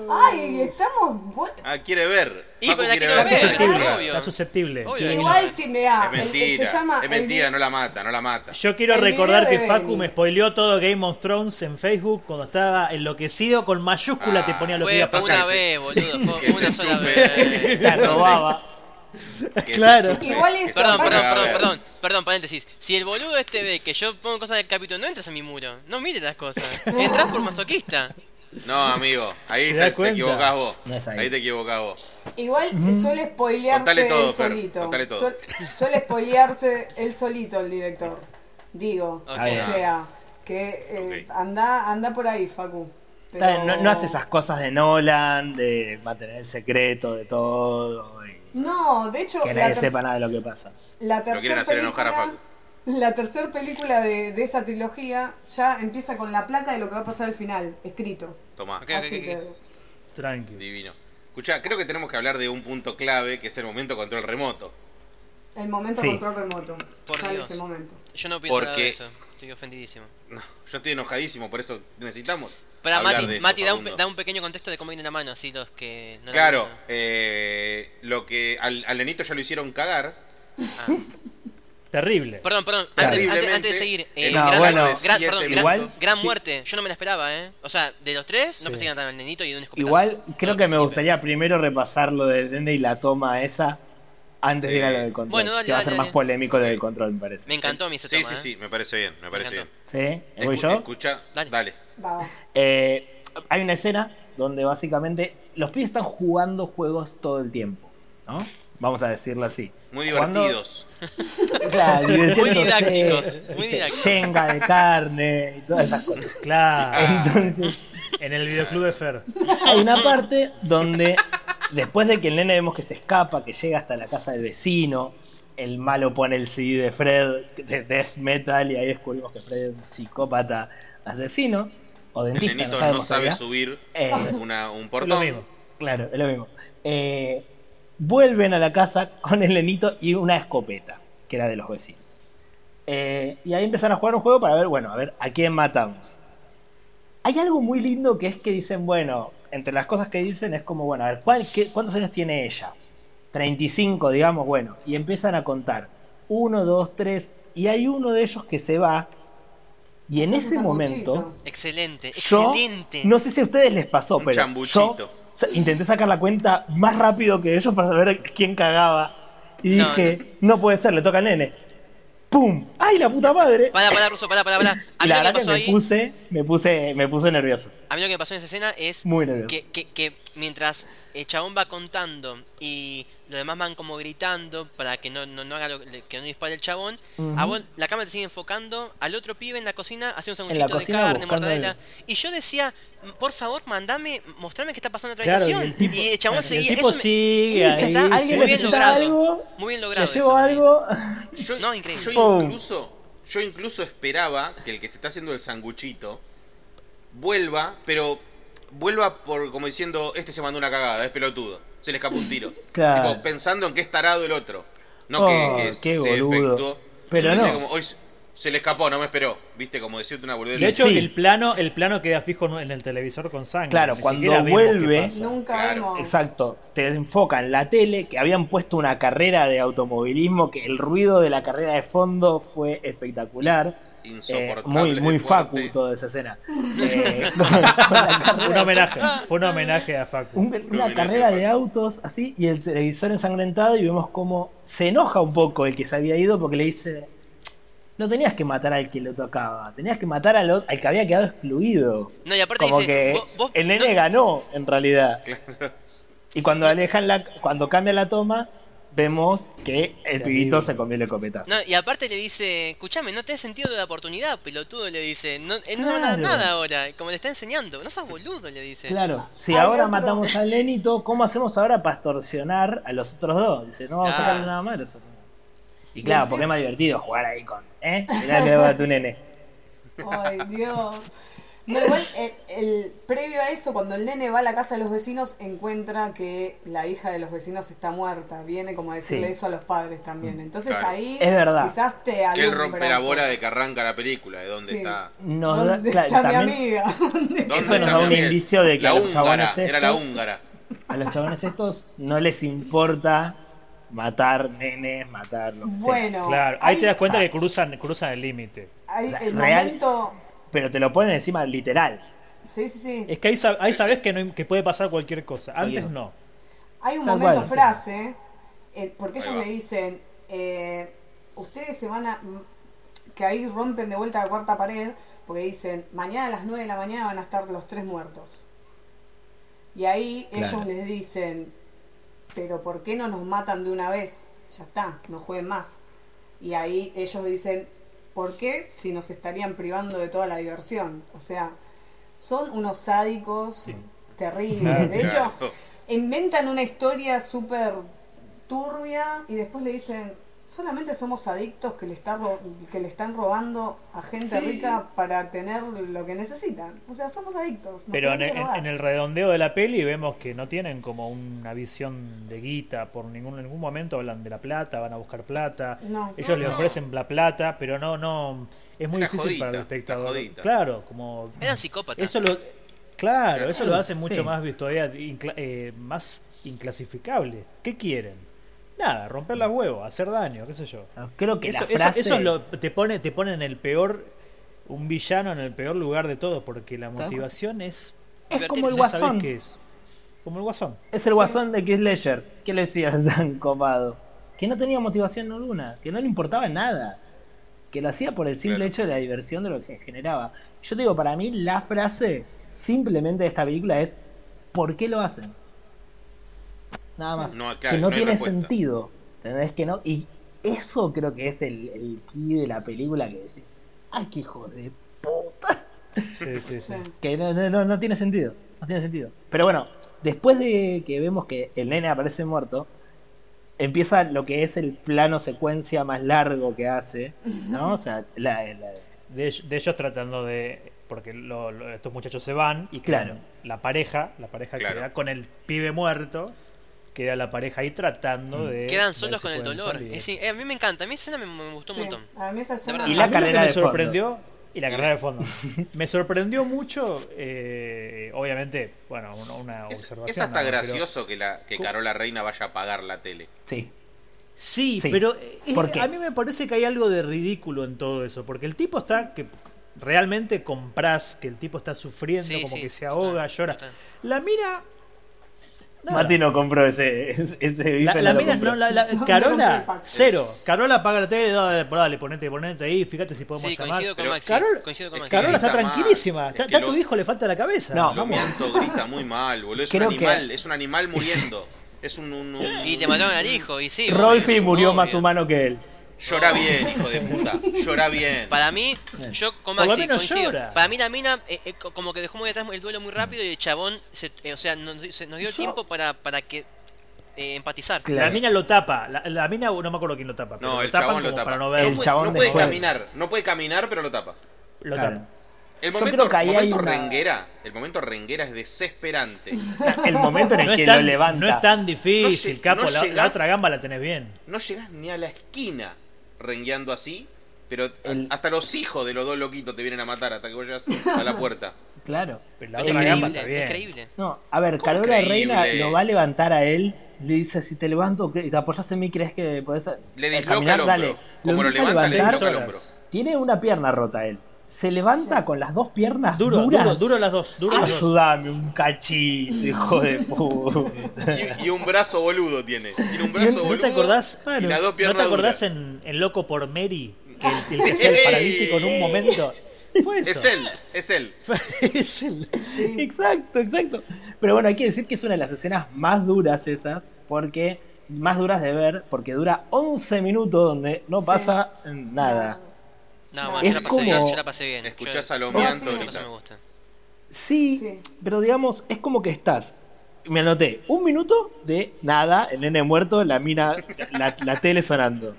F: Ay, estamos... bu-
B: Ah, quiere ver.
D: Y,
B: Paco
D: pero la
B: quiere
D: quiero
B: ver.
D: ver,
B: Está
D: claro,
B: enojado.
D: obvio.
E: Está susceptible.
D: Obvio.
E: Divino.
F: Igual si me da...
B: Es mentira,
F: Eh, se llama
B: es
F: el-
B: mentira, no la mata, no la mata.
E: Yo quiero
F: El
E: recordar que
F: video de
E: Facu
F: Benny.
E: me spoileó todo Game of Thrones en Facebook cuando estaba enloquecido con mayúscula
B: Ah,
E: te ponía lo que iba
D: Fue
E: a pasar.
B: pasa
D: una
B: que-
D: vez, boludo,
B: que
D: fue
B: se
D: una sola
B: chupe.
D: vez.
C: La robaba.
B: Que
E: Claro.
B: se chupe,
F: Igual
B: que
F: es-
B: se
D: Perdón,
B: ponga
D: perdón,
B: a
D: perdón,
B: ver.
D: perdón, perdón, paréntesis. Si el boludo este ve que yo pongo cosas del capítulo, no entras a mi muro, no mires las cosas. Entras por masoquista.
B: No, amigo, ahí
E: ¿Te
B: te,
E: das
B: te
E: cuenta?
B: equivocás vos.
C: No es
B: ahí.
C: ahí.
B: te equivocás vos.
F: Igual suele spoilearse
B: Contale todo,
F: él
B: Fer,
F: solito.
B: contale todo.
F: Suel- suele spoilearse él solito el director. Digo,
D: Ok.
F: o sea, que eh,
B: Ah. Ok.
F: anda, anda por ahí, Facu.
C: Está bien, No,
F: Pero-
C: no hace esas cosas de Nolan, de mantener el secreto de todo y
F: No, de hecho,
C: que
F: la,
C: nadie
F: ter-
C: sepa nada de lo que pasa.
F: la tercera
B: quieren hacer enojar a Facu.
F: La tercera película de, de esa trilogía ya empieza con la placa de lo que va a pasar al final, escrito.
B: Tomá,
D: Ok, ok,
F: Así
D: ok.
F: que-
E: Tranqui.
B: divino. Escuchá, creo que tenemos que hablar de un punto clave que es el momento control remoto.
F: el momento
C: Sí.
F: control remoto.
D: Por
F: Sale
D: Dios.
F: ese momento.
D: Yo no pienso nada de
B: Porque-
D: eso, estoy ofendidísimo.
B: No, yo estoy enojadísimo, por eso necesitamos.
D: Para
B: hablar
D: Mati,
B: de esto,
D: Mati da, un, pe-
B: Facundo.
D: da un pequeño contexto de cómo viene la mano, así los que no la
B: Claro,
D: vieron.
B: eh, lo que al, al nenito ya lo hicieron cagar.
E: Terrible.
D: Perdón, perdón, antes, antes, antes de seguir, eh,
B: Terriblemente,
C: No,
D: gran,
C: bueno,
D: gran-
B: siete
D: perdón, gran-
C: igual-
D: gran
C: sí.
D: muerte, yo no me la esperaba, ¿eh? O sea, de los tres, no
E: Sí.
D: pensé que era el nenito y de un escopetazo.
C: Igual
D: No,
C: creo que me
D: sí,
C: gustaría primero repasar lo del nene y la toma esa antes de ir a lo del control.
D: Bueno, dale,
C: que va a
D: dale,
C: ser
D: dale.
C: más polémico lo del control, me parece.
D: Me encantó mi ese
B: Sí,
D: toma,
B: sí,
D: ¿eh?
B: sí, me parece bien, me parece bien.
D: encantó.
C: ¿Sí? ¿Voy
B: Escu-
C: yo?
B: Escucha, dale.
D: Dale.
F: Va, va.
C: Eh, hay una escena donde básicamente los pibes están jugando juegos todo el tiemempo, ¿no? Vamos a decirlo así.
B: Muy
C: Jugando-
B: divertidos.
C: Claro,
D: Muy
C: divirtiéndose,
D: didácticos, muy didácticos.
C: Shenga de carne y todas esas cosas. Ah.
E: Claro.
D: Ah.
B: Ah,
C: Entonces,
E: En el videoclub de Fer.
C: hay una parte donde después de que el nene vemos que se escapa, que llega hasta la casa del vecino, el malo pone el CD de Fred de Death Metal y ahí descubrimos que Fred es un psicópata asesino o
B: El
C: dentista.
B: nenito no,
C: sabemos
B: sabe
C: todavía.
B: subir
C: Eh,
B: una- un
E: Es lo
B: portón.
E: mismo.
C: claro, es lo mismo. Eh, vuelven a la casa con el nenito y una escopeta, que era de los vecinos. Eh, y ahí empiezan a jugar un juego para ver, bueno, a ver, ¿a quién matamos? Hay algo muy lindo que es que dicen, bueno, entre las cosas que dicen es como, bueno, a ver, ¿cuál- qué- ¿cuántos años tiene ella? 35, digamos, bueno, y empiezan a contar. Uno, dos, tres, y hay uno de ellos que se va, y en
F: Hace
C: ese
F: sanguchito.
C: momento,
D: Excelente,
C: yo,
D: excelente.
C: no sé si a ustedes les pasó,
B: Un
C: pero yo
B: chambuchito.
C: sa- intenté sacar la cuenta más rápido que ellos para saber quién cagaba. Y
D: No,
C: dije, no. puede ser, le toca al nene. ¡Pum! ¡Ay, la puta madre!
D: Pará, pará, Ruso, pará, pará, pará. A
C: Y la
D: mí lo que
C: verdad que,
D: pasó
C: me
D: ahí,
C: puse, me puse, me puse nervioso.
D: a mí lo que pasó en esa escena es
C: Muy nervioso.
D: que, que, que mientras el chabón va contando y los demás van como gritando para que no, no, no haga lo- que no dispare el chabón,
C: Ujú.
D: a vos la cámara te sigue enfocando al otro pibe en la cocina haciendo un
C: En la
D: sanguchito de
C: cocina
D: carne,
C: buscando
D: mortadela. Y yo decía, por favor, mandame, mostrame qué está pasando en otra
E: Claro, y el
D: habitación. Y el,
E: tipo-
D: chabón
E: el
D: seguía.
E: tipo
D: eso me-
E: sigue ahí.
D: está-
E: sí.
C: ¿Alguien
D: Ah, muy bien
C: necesita
D: logrado.
C: algo?
D: Muy bien
C: ¿Le
D: logrado. eso, ¿eh?
C: llevo
D: Rodri.
C: algo?
B: Yo,
D: No,
B: yo
D: increíble.
C: Pum.
B: incluso, yo incluso esperaba que el que se está haciendo el sanguchito vuelva, pero vuelva por como diciendo, este se mandó una cagada, es pelotudo, se le escapó un tiro.
C: Claro.
B: Tipo, pensando en que es tarado el otro. No
C: Oh,
B: que, que
C: qué
B: se
C: boludo.
B: efectuó.
C: Pero
B: Viste
C: no.
B: como, "Hoy se- se le escapó, no me esperó. Viste, como decirte una boludez.
E: De hecho,
C: Sí.
E: el plano el plano queda fijo en el televisor con sangre.
C: Claro,
E: ni
C: cuando
E: siquiera vemos qué
C: vuelve-
E: pasa.
F: Nunca
B: Claro.
F: vemos.
C: Exacto, te enfocan la tele, que habían puesto una carrera de automovilismo, que el ruido de la carrera de fondo fue espectacular. Eh,
B: insoportable.
C: muy muy
B: de
C: facu
B: fuerte.
C: toda esa escena. Eh, con- con la carrera-
E: Un homenaje. Fue un homenaje a Facu.
C: un- una
B: Luminaria
C: carrera de
B: falsa.
C: autos así y el televisor ensangrentado y vemos cómo se enoja un poco el que se había ido porque le dice, no tenías que matar al que lo tocaba, tenías que matar al, o- al que había quedado excluido.
D: No, y aparte
C: Como
D: dice,
C: que
D: vos- vos-
C: el
D: no-
C: nene ganó en realidad. Y cuando alejan la, cuando cambia la toma, vemos que el
E: Terrible.
C: pibito se comió el escopetazo.
D: No, y aparte le dice, escuchame, no te has sentido de la oportunidad, pelotudo, le dice. No, eh, no nada,
C: Claro.
D: nada ahora, como le está enseñando. No seas boludo, le dice.
C: Claro, si
F: Este, Hay
C: ahora
F: otro.
C: matamos al nenito, ¿cómo hacemos ahora para extorsionar a los otros dos? Dice, no vamos
D: Ah.
C: a sacarle nada malo. eso. Y
F: Y
C: claro,
F: el
C: porque
F: tip-
C: es más divertido jugar ahí con, ¿eh? Mirá le va a tu nene.
F: Ay, Dios. No, igual, el, el- previo a eso, cuando el nene va a la casa de los vecinos, encuentra que la hija de los vecinos está muerta. Viene como a decirle
C: Sí.
F: eso a los padres también. Entonces
B: Claro.
F: ahí
C: Es verdad.
F: quizás te
B: Que él
F: alumbra.
B: rompe la bola de que arranca la película, de dónde
F: Sí.
B: está.
C: Nos da,
F: ¿Dónde
C: claro,
F: está mi
C: también
F: amiga? ¿Dónde-
B: ¿Dónde
C: Esto nos
B: está
C: da
B: mi
C: un
B: amiga?
C: indicio de que
B: la
C: a los
B: húngara,
C: chabones
B: era la
C: estos-
B: húngara.
C: a los chabones estos no les importa matar nenes, matar lo que sea.
F: Bueno,
E: Claro, ahí
F: hay-
E: te das cuenta que cruzan, cruzan el límite.
F: hay el
C: Real.
F: momento.
C: Pero te lo ponen encima literal.
F: Sí, sí, sí.
E: Es que ahí, sab- ahí sabes que, no- que puede pasar cualquier cosa. Antes
C: Cualquier
E: no.
F: Hay un
C: Tal
F: momento
C: cual.
F: frase, eh, porque
B: Ahí
F: ellos
B: va.
F: le dicen, eh, ustedes se van a... que ahí rompen de vuelta la cuarta pared, porque dicen, mañana a las 9 de la mañana van a estar los tres muertos. Y ahí
C: Claro.
F: ellos les dicen, pero ¿por qué no nos matan de una vez? Ya está, no jueguen más. Y ahí ellos dicen, ¿por qué si nos estarían privando de toda la diversión? O sea, son unos sádicos terribles.
E: Claro.
F: de hecho,
B: Claro.
F: inventan una historia súper turbia y después le dicen, solamente somos adictos que le, está ro- que le están robando a gente rica para tener lo que necesitan. O sea, somos adictos. nos
E: Pero en,
F: tenemos que
E: en-
F: drogar.
E: en el redondeo de la peli vemos que no tienen como una visión de guita. Por ningún, en ningún momento hablan de la plata, van a buscar plata.
F: No.
E: Ellos le ofrecen la plata, pero no, no. Es muy
B: Está
E: difícil
B: jodita,
E: para el
B: está
E: espectador.
B: jodita.
E: Claro, como.
D: Eran psicópatas.
E: Eso lo, claro, eso lo hace mucho
C: Sí.
E: más vi- todavía incla- eh, más inclasificable. ¿Qué quieren? Nada, romper las huevos, hacer daño, qué sé yo.
C: Creo que
E: Eso,
C: la
E: eso-
C: frase...
E: eso es lo, te pone, te pone en el peor, un villano en el peor lugar de todo, porque la
C: cual.
E: motivación es,
C: Es como
D: Divertirse,
C: el
E: no sabés
C: guasón.
E: qué es. Como el guasón.
C: Es el guasón de Kiss Ledger. ¿Qué le decías tan copado? Que no tenía motivación alguna, que no le importaba nada, que lo hacía por el simple
B: Claro.
C: hecho de la diversión de lo que generaba. Yo te digo, para mí la frase simplemente de esta película es ¿por qué lo hacen? Nada más.
B: No, claro,
C: que
B: no
C: no,
B: hay
C: tiene
B: respuesta.
C: sentido. ¿Entendés que no? Y eso creo que es el, el key de la película que decís, ¡ay, qué hijo de puta!
E: Sí, sí, sí.
F: Sí.
C: Que no, no, no, no tiene sentido. No tiene sentido. Pero bueno, después de que vemos que el nene aparece muerto, empieza lo que es el plano secuencia más largo que hace, ¿no? O sea, la, la-
E: De, ell- de ellos tratando de. Porque lo- lo- estos muchachos se van y claro,
C: Claro.
E: la pareja, la pareja
B: Claro.
E: queda con el pibe muerto, queda la pareja ahí
C: Mm.
E: tratando de.
D: Quedan
E: ver
D: solos
E: si
D: con el
E: pueden
D: dolor.
E: salir.
D: Es decir, eh, a mí me encanta, a mí esa escena me, me gustó
F: Sí,
D: un montón.
F: a mí esa escena-
D: verdad.
E: Y
D: Y
E: la
D: la
E: a mí lo que
C: carrera
E: me
C: de fondo.
E: sorprendió y la carrera de fondo. Me sorprendió mucho, eh, obviamente, bueno, una, una
B: Es,
E: observación.
B: es hasta
E: nada más, pero-
B: gracioso que, la, que
E: ¿Cómo?
B: Carola Reina vaya a pagar la tele.
C: sí.
E: Sí,
C: Sí.
E: pero eh, es-
C: ¿Por qué?
E: a mí me parece que hay algo de ridículo en todo eso, porque el tipo está que realmente compras que el tipo está sufriendo,
D: Sí,
E: como
D: sí,
E: que se
D: total,
E: ahoga, llora.
D: total.
E: La mira nada.
C: Mati no compró ese, ese, ese
E: La,
C: bife,
E: la
C: lo
E: mina,
C: compró.
E: no, la, la-
F: No, no compré el
E: Carola,
F: pack.
E: cero. Carola paga la tele, dale, dale, ponete, ponete ahí, fíjate si podemos
D: Sí,
E: llamar.
D: coincido con
B: Pero-
D: Maxi.
E: Carol-
D: coincido con Maxi.
E: Carola está
B: Está mal.
E: tranquilísima,
B: Es
E: está,
B: que
E: está tu
B: lo-
E: hijo, le falta la cabeza.
C: No,
B: Lo
C: vamos.
B: miento, grita muy mal, boludo. Es
C: Creo
B: un
C: que-
B: animal, es un animal muriendo. Es un. un- un-
D: Y le mataron al hijo, y sí.
C: Rolfi
D: obvio,
C: murió más
D: obvio.
C: humano que él.
B: Llora bien, hijo de puta. Llora bien.
D: Para mí, yo con
E: Por lo
D: Maxi
E: menos
D: coincido.
E: llora.
D: Para mí la mina eh, eh, co- como que dejó muy atrás el duelo muy rápido y el chabón, se- eh, o sea, nos, di- se- nos dio tiempo para, para que eh, empatizar.
C: Claro.
E: La mina lo tapa. La, la mina, no me acuerdo quién lo tapa. Pero
B: No, el
E: lo tapan
B: chabón lo
E: como
B: tapa.
E: para no
B: no
E: ver.
B: puede,
C: chabón
B: no puede
C: después.
B: caminar, no puede caminar, pero lo tapa.
E: Lo
C: Claro.
E: tapa.
B: El
C: Yo
B: momento,
C: creo que ahí hay
B: momento
C: una-
B: renguera, el momento renguera es desesperante.
C: El momento en el
E: No
C: que
E: es,
C: lo
E: tan,
C: levanta.
E: no es tan
B: No
E: difícil,
B: lle-
E: capo.
B: no
E: la, la
B: llegás.
E: otra gamba la tenés bien.
B: No llegas ni a la esquina rengueando así, pero a-
C: El-
B: hasta los hijos de los dos loquitos te vienen a matar hasta que vos llegas a la puerta.
C: Claro.
E: Pero la
D: Es
E: otra gamba
D: creíble,
E: está bien.
D: es creíble.
C: No, a ver,
B: ¿Cómo
C: Carola
B: creíble?
C: Reina lo va a levantar a él. Le dice: Si te levanto ¿qué- y te apoyas en mí, crees que podés eh,
B: Le disloca
C: caminar?
B: el hombro.
C: Dale.
B: Como lo
C: empieza a
B: levanta, le
E: Seis
C: levantar.
B: disloca el
E: horas.
B: hombro.
C: Tiene una pierna rota él. Se levanta con las dos piernas
E: Duro,
C: duras.
E: duro, duro las dos. Duro las dos.
C: Ayúdame un cachito, hijo de puta.
B: Y, y un brazo boludo tiene. Tiene un brazo boludo.
E: ¿No te acordás,
B: Y las dos
E: ¿no
B: piernas
E: te acordás
B: duras.
E: en, en Loco por Mary? Que el, el que hacía el paralítico en un momento. Fue eso.
B: Es él, es él.
E: es él.
F: Sí.
C: Exacto, exacto. Pero bueno, hay que decir que es una de las escenas más duras esas, porque más duras de ver, porque dura 11 minutos donde no pasa nada.
D: No, bueno,
F: Es
D: yo la pasé bien,
C: como-
D: yo la pasé bien.
B: Escuchás
D: Yo-
B: a lo
D: no,
F: mianto
D: esa
F: y
D: cosa
B: tal.
D: me gusta.
C: Sí,
F: Sí.
C: pero digamos, es como que estás. Me anoté un minuto de nada, el nene muerto, la mina, la, la tele sonando.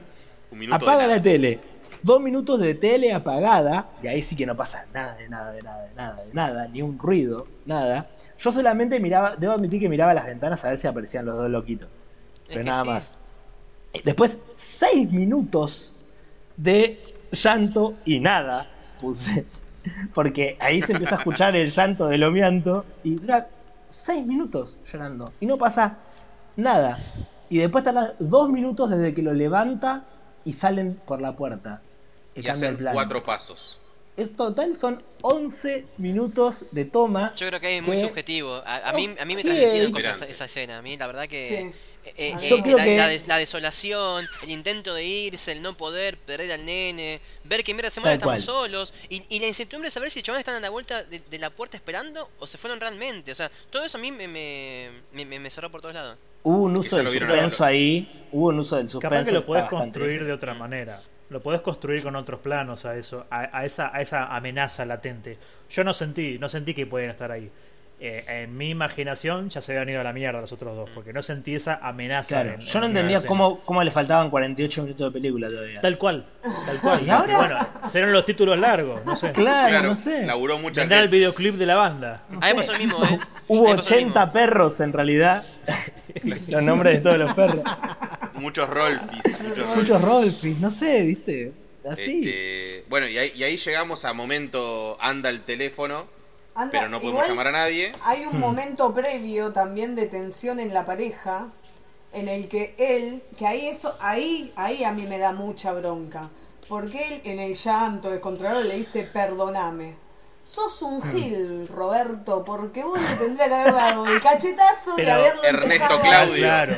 B: Un minuto de
C: Apaga
B: nada.
C: la tele. Dos minutos de tele apagada, y ahí sí que no pasa nada, de nada, de nada, de nada, de nada, ni un ruido, nada. Yo solamente miraba, debo admitir que miraba las ventanas a ver si aparecían los dos loquitos. Pero
D: que
C: nada
D: sí.
C: más. Eh, Después, seis minutos de llanto y nada puse. Porque ahí se empieza a escuchar el llanto del omianto y dura seis minutos llorando. Y no pasa nada. Y después tarda dos minutos desde que lo levanta y salen por la puerta. Y
B: Y
C: cambia
B: hacer
C: el plano.
B: cuatro pasos.
C: Es total, son 11 minutos de toma.
D: Yo creo que es muy
C: que-
D: subjetivo. A, a mí, a mí me
C: Sí.
D: transmitieron cosas esa,
B: Mirante.
D: esa escena. A mí, la verdad
F: Sí.
D: que. eh, eh,
F: Yo
D: eh,
C: creo
D: la,
C: que-
D: la des- la desolación, el intento de irse, el no poder, perder al nene, ver que mierda semana
C: Tal
D: estamos
C: cual.
D: solos y, y la incertidumbre de saber si los chavales están a la vuelta de, de la puerta esperando o se fueron realmente. O sea, todo eso a mí me, me, me- me- me cerró por todos lados.
C: Hubo un
B: Es que
C: uso
B: ya
C: del
B: lo vieron
C: suspenso
B: ahora.
C: ahí. Hubo un uso del suspenso.
E: Capaz que lo
C: está
E: podés
C: bastante
E: construir de otra manera. Lo podés construir con otros planos a eso, a, a esa, a esa amenaza latente. Yo no sentí, no sentí que podían estar ahí. Eh, en mi imaginación ya se habían ido a la mierda los otros dos, porque no sentí esa amenaza.
C: Claro,
E: en-
C: yo no
E: en
C: entendía
E: la escena.
C: cómo, cómo le faltaban 48 minutos de película todavía.
E: Tal cual, tal cual.
C: ¿Y Ah, ahora?
E: Bueno, serán los títulos largos, no sé.
C: Claro,
B: Claro,
C: no sé.
B: laburó mucha
E: Vendrá el
B: gente.
E: videoclip de la banda.
C: No
D: A mí
C: sé.
D: me pasó lo mismo, ¿eh? A
C: Hubo
D: mí me pasó lo mismo.
C: 80 perros en realidad. los nombres de todos los perros.
B: Muchos Rolfis. Muchos
C: Muchos Rolfis, no sé, viste. Así.
B: Este, bueno, y ahí, y ahí llegamos a momento anda el teléfono,
F: Anda,
B: pero no podemos
F: igual
B: llamar a nadie.
F: Hay
E: Hmm.
F: un momento previo también de tensión en la pareja, en el que él, que ahí eso, ahí, ahí a mí me da mucha bronca, porque él en el llanto descontrolado le dice perdoname. Sos un
E: Hmm.
F: gil, Roberto, porque vos le tendrías que haber dado el cachetazo y
E: Pero
F: haberlo
B: Ernesto
F: empujado a-
B: Claudio.
E: Claro.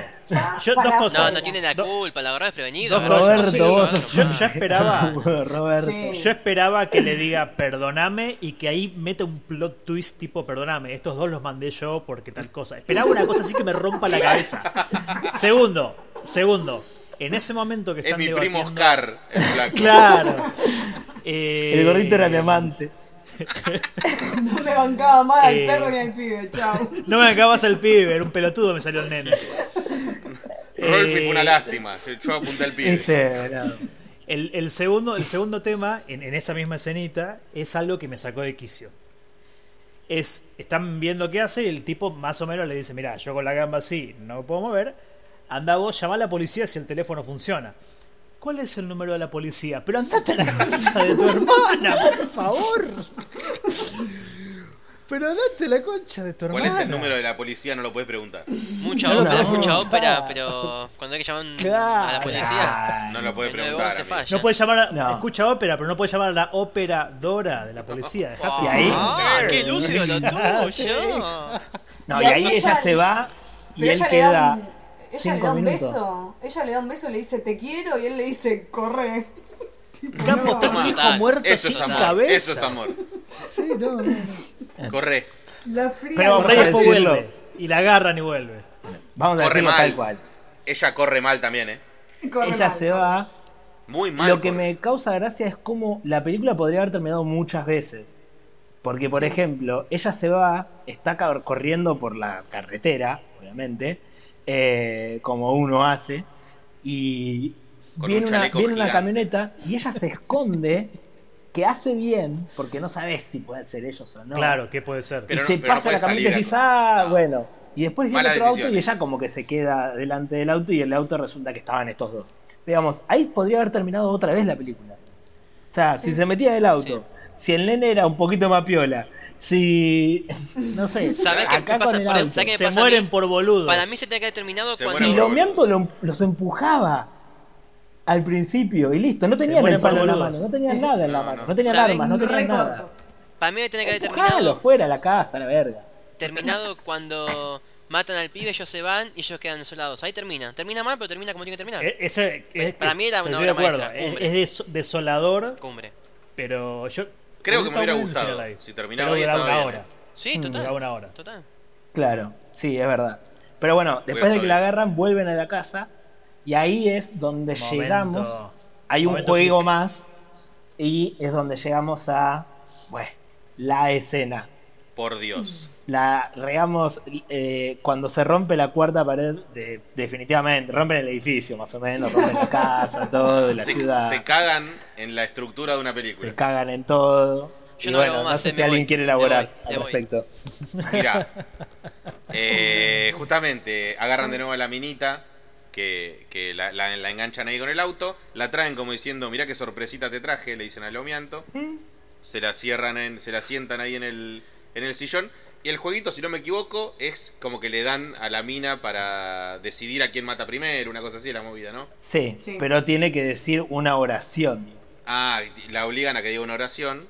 E: Yo, dos
D: No,
E: cosas.
D: no tiene la
E: Do-
D: culpa, la verdad es prevenido. la
E: Dos
D: verdad,
E: cosas.
D: sí,
C: Roberto,
D: Roberto,
C: vos-
E: Yo,
D: pa.
E: yo esperaba.
C: Roberto.
F: Sí.
E: Yo esperaba que le diga perdoname y que ahí meta un plot twist tipo perdoname, estos dos los mandé yo porque tal cosa. Esperaba una cosa así que me rompa la cabeza. Segundo, segundo, en ese momento que
B: Es
E: están
B: mi primo
E: debatiendo-
B: Oscar, el flaco.
E: Claro. Eh,
C: El gorrito era mi amante.
F: No me bancaba más al
E: Eh.
F: perro ni al pibe, chao.
E: No me acabas el pibe, era un pelotudo me salió el nene.
B: Rolfi fue una
E: Eh,
B: lástima. Yo apunté al pibe.
C: Ese, no.
E: El, el segundo, el segundo tema, en, en esa misma escenita, es algo que me sacó de quicio. Es, están viendo qué hace y el tipo más o menos le dice, mira, yo con la gamba así no me puedo mover, anda vos, llama a la policía si el teléfono funciona. ¿Cuál es el número de la policía? Pero andate a la concha de tu hermana, por favor. Pero andate a la concha de tu hermana.
B: ¿Cuál es el número de la policía? No lo puedes preguntar.
D: Mucha
E: No,
D: ópera,
E: no,
D: mucha
E: no.
D: ópera, pero cuando hay que llamar a la
E: Claro.
D: policía,
C: Ay,
B: No lo puedes
D: el 911
B: preguntar.
D: se
B: amigo.
D: falla.
E: No puedes llamar a,
C: No.
E: Escucha ópera, pero no puedes llamar a la operadora de la policía. dejate-
C: Y ahí-
D: Ah, qué lúcido lo tuyo.
C: No,
F: Y
C: y
F: ahí
C: ahí
F: ella-
C: ella se va y
F: Pero
C: él
F: ella le da
C: queda.
F: un, ella le
C: cinco
F: da un
C: minutos.
F: beso. Ella le da un beso y le dice te quiero y él le dice corre.
E: Capo, está
B: Toma.
E: un hijo muerto
B: Eso
E: sin
B: es amor.
E: cabeza.
B: Eso es amor.
E: Sí, no, no, no.
B: Corre.
F: La fría.
C: Pero-
E: Corre y después
C: Vamos a
E: vuelve. Y la agarran y vuelve.
C: Vamos a
B: Corre
C: decirlo
B: mal.
C: tal cual.
B: Ella corre mal también, ¿eh?
F: corre
C: ella
F: mal.
C: se va.
B: Muy mal.
C: Lo que
B: corre.
C: me causa gracia es cómo la película podría haber terminado muchas veces. Porque, por ejemplo, ella se va, está ca- corriendo por la carretera, obviamente, eh, como uno hace, y
B: Con
C: viene,
B: un
C: una,
B: chaleco
C: viene una
B: gigante.
C: camioneta y ella se esconde, que hace bien, porque no sabes si pueden ser ellos o no.
E: Claro, ¿qué puede ser?
B: Pero
C: y
B: no-
C: se
B: pero no
C: pasa
B: puede
C: la camioneta
B: salir,
C: y dices,
B: ¿no?
C: ah,
B: No.
C: bueno. Y después viene
B: Malas
C: otro auto y
B: decisiones.
C: ella como que se queda delante del auto y el auto resulta que estaban estos dos. Digamos, ahí podría haber terminado otra vez la película. O sea, si se metía en el auto,
D: Sí.
C: si el nene era un poquito más piola, si... no sé,
D: ¿Sabés qué
C: acá
D: pasa?
C: con el
D: Se-
C: auto.
D: ¿sabés qué me
E: Se
D: pasa a
E: mueren
D: mí?
E: por boludos.
D: Para mí se tiene que haber terminado
B: Se
D: cuando.
B: muere
C: Y Lomianto lo- los empujaba al principio y listo, no
E: Se
C: tenían el
E: mueren por
C: palo en la
E: boludos.
C: mano, no tenían nada en la
B: No,
C: mano,
B: no.
C: no, tenían
D: ¿Sabés?
C: armas, no tenían nada.
F: Recorto.
D: Para mí tiene que haber
C: Empujalo
D: terminado,
C: fuera de la casa, a la verga.
D: terminado cuando matan al pibe, ellos se van y ellos quedan solados. Ahí termina. Termina mal, pero termina como tiene que terminar.
E: Eh, ese- es-
D: Para mí era una
E: estoy de
D: obra
E: acuerdo.
D: maestra,
E: Es,
D: cumbre.
E: es des- desolador,
D: Cumbre.
E: pero yo.
B: Creo que me
E: estaba
B: hubiera
E: bueno el
B: gustado.
E: final ahí.
B: Si terminaba
E: Pero
B: ahí
E: duraba
B: estaba
E: una
B: bien,
E: hora.
D: Sí,
E: Duraba
D: total.
E: una hora.
D: Total.
C: Claro, sí, es verdad. Pero
E: Pues
C: bueno, después de que
B: estoy.
C: la agarran, vuelven a la casa y ahí es donde
E: Momento.
C: llegamos. Hay un
E: Momento
C: juego
E: click.
C: más y es donde llegamos a, bueno, la escena.
B: Por Dios.
C: La regamos eh, cuando se rompe la cuarta pared, de- definitivamente, rompen el edificio más o menos, rompen la casa, todo, la
B: Se,
C: ciudad.
B: se cagan en la estructura de una película.
C: se cagan en todo.
D: Yo
C: y
D: no
C: bueno,
D: grabo
C: no
D: más,
C: sé
D: eh,
C: si
D: me
C: alguien
D: voy,
C: quiere
D: me
C: elaborar
D: voy, me
C: al
D: voy.
C: respecto.
B: Mirá. Eh, justamente agarran de nuevo a la minita, que, que la, la- la enganchan ahí con el auto, la traen como diciendo, mirá qué sorpresita te traje, le dicen al Lomianto.
F: ¿Mm?
B: Se la cierran, en, se la sientan ahí en el, en el sillón. Y el jueguito, si no me equivoco, es como que le dan a la mina para decidir a quién mata primero, una cosa así, la movida, ¿no?
C: Sí,
F: Sí.
C: pero tiene que decir una oración.
B: Ah, y la obligan a que diga una oración.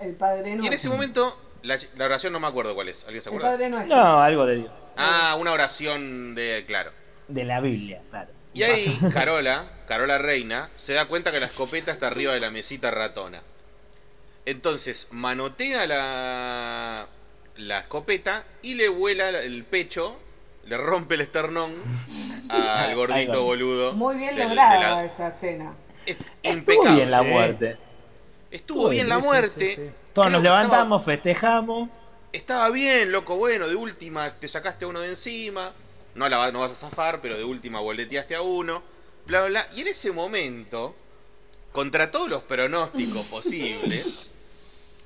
F: El padre
B: Y en ese
F: nuestro.
B: momento, la, la oración no me acuerdo cuál es. ¿Alguien se
F: El
B: acuerda?
F: padre nuestro.
C: No, algo de Dios.
B: Ah, una oración de. Claro.
C: De la Biblia, claro.
B: Y ahí Carola, Carola Reina, se da cuenta que la escopeta está arriba de la mesita ratona. Entonces manotea la, la escopeta y le vuela el pecho, le rompe el esternón al
C: Ahí va.
B: gordito boludo.
F: Muy bien
B: del- de
F: lograda
B: la-
F: esa escena.
B: es-
C: Estuvo
B: impecable.
C: bien la
E: Sí.
C: muerte.
B: Estuvo bien la
E: Sí, sí,
B: muerte.
E: sí, sí.
C: Todos
B: Creo
C: nos
B: que estaba-
C: levantamos, festejamos.
B: Estaba bien, loco, bueno, de última te sacaste a uno de encima. No, la, va- no vas a zafar, pero de última boleteaste a uno. Bla, bla, bla. Y en ese momento, contra todos los pronósticos posibles,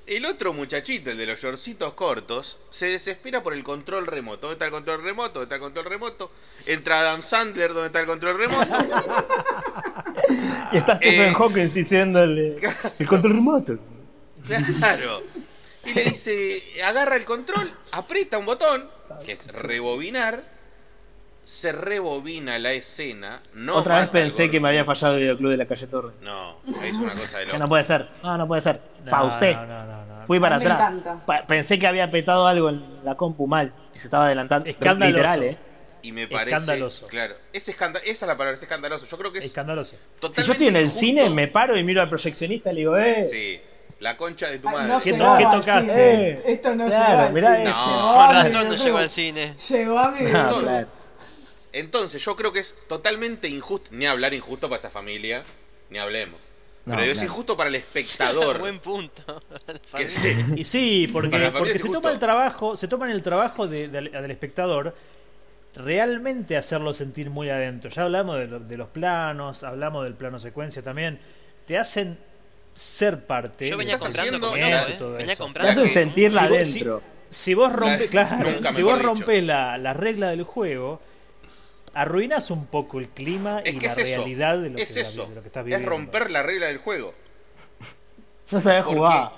B: el otro muchachito, el de los yorcitos cortos, se desespera por el control remoto. ¿Dónde está el control remoto? ¿Dónde está el control remoto? Entra Adam Sandler, ¿dónde está el control remoto?
C: Y está Stephen
B: eh.
C: Hawking diciéndole el control remoto.
B: Claro. Y le dice, agarra el control, aprieta un botón, que es rebobinar. Se rebobina la escena. No
C: Otra vez
B: mata al
C: pensé que
B: gordo.
C: me había fallado el videoclub de la calle Torre.
B: No, es una cosa de
C: Que no
B: loco.
C: puede ser, no, no puede ser.
E: No,
C: Pausé,
E: no, no, no, no.
C: fui para
F: Me
C: atrás.
F: encanta.
C: Pa- pensé que había petado algo en la compu mal y se estaba adelantando.
E: Escandaloso.
C: Literal, ¿eh?
B: Y me parece.
E: Escandaloso.
B: Claro. Es escanda- esa es la palabra, es escandaloso. Yo creo que es
E: Escandaloso.
C: Si
B: totalmente.
C: yo estoy en el
B: injusto.
C: cine, me paro y miro al proyeccionista y le digo, eh,
B: Sí, la concha de tu
F: Ay,
B: madre.
F: Ah, no
E: ¿Qué
F: llegó
E: to- qué
F: al
E: tocaste?
F: cine.
C: Eh,
F: Esto no
C: claro,
F: llegó al
C: mirá
F: cine.
B: eso.
F: Llegó
D: Con
F: a mi
D: razón no
F: videoclub.
D: llegó al cine.
F: Llegó a mi
C: no,
F: videoclub.
C: Ah, claro.
B: Entonces, yo creo que es totalmente injusto. Ni hablar injusto para esa familia, ni hablemos.
C: No,
B: Pero es
C: claro.
B: injusto para el espectador.
D: Buen punto. La
B: que
D: familia.
B: se-
E: Y sí,
B: Para
E: porque,
B: la familia
E: porque
B: es
E: se
B: justo.
E: toma el trabajo, se toman el trabajo de- de- del espectador realmente hacerlo sentir muy adentro. Ya hablamos de, lo- de los planos, hablamos del plano secuencia también. Te hacen ser parte.
D: Yo
E: del
D: venía comprando
B: haciendo-
D: con
E: sentimiento,
D: eso,
E: todo
D: eh. Venía
E: eso.
B: Te
D: comprando.
C: Tanto
B: hacen
D: con-
C: sentirla
E: Si vos-
C: adentro.
E: Si vos rompes, claro,
B: Nunca
E: si
B: mejor
E: vos
B: dicho.
E: rompes la, la regla del juego, arruinas un poco el clima
B: Es
E: y
B: que
E: la
B: es eso.
E: realidad de lo,
B: es
E: que,
B: eso.
E: de lo que estás
B: es
E: viviendo.
B: romper la regla del juego.
C: No sabés
B: Porque
C: jugar.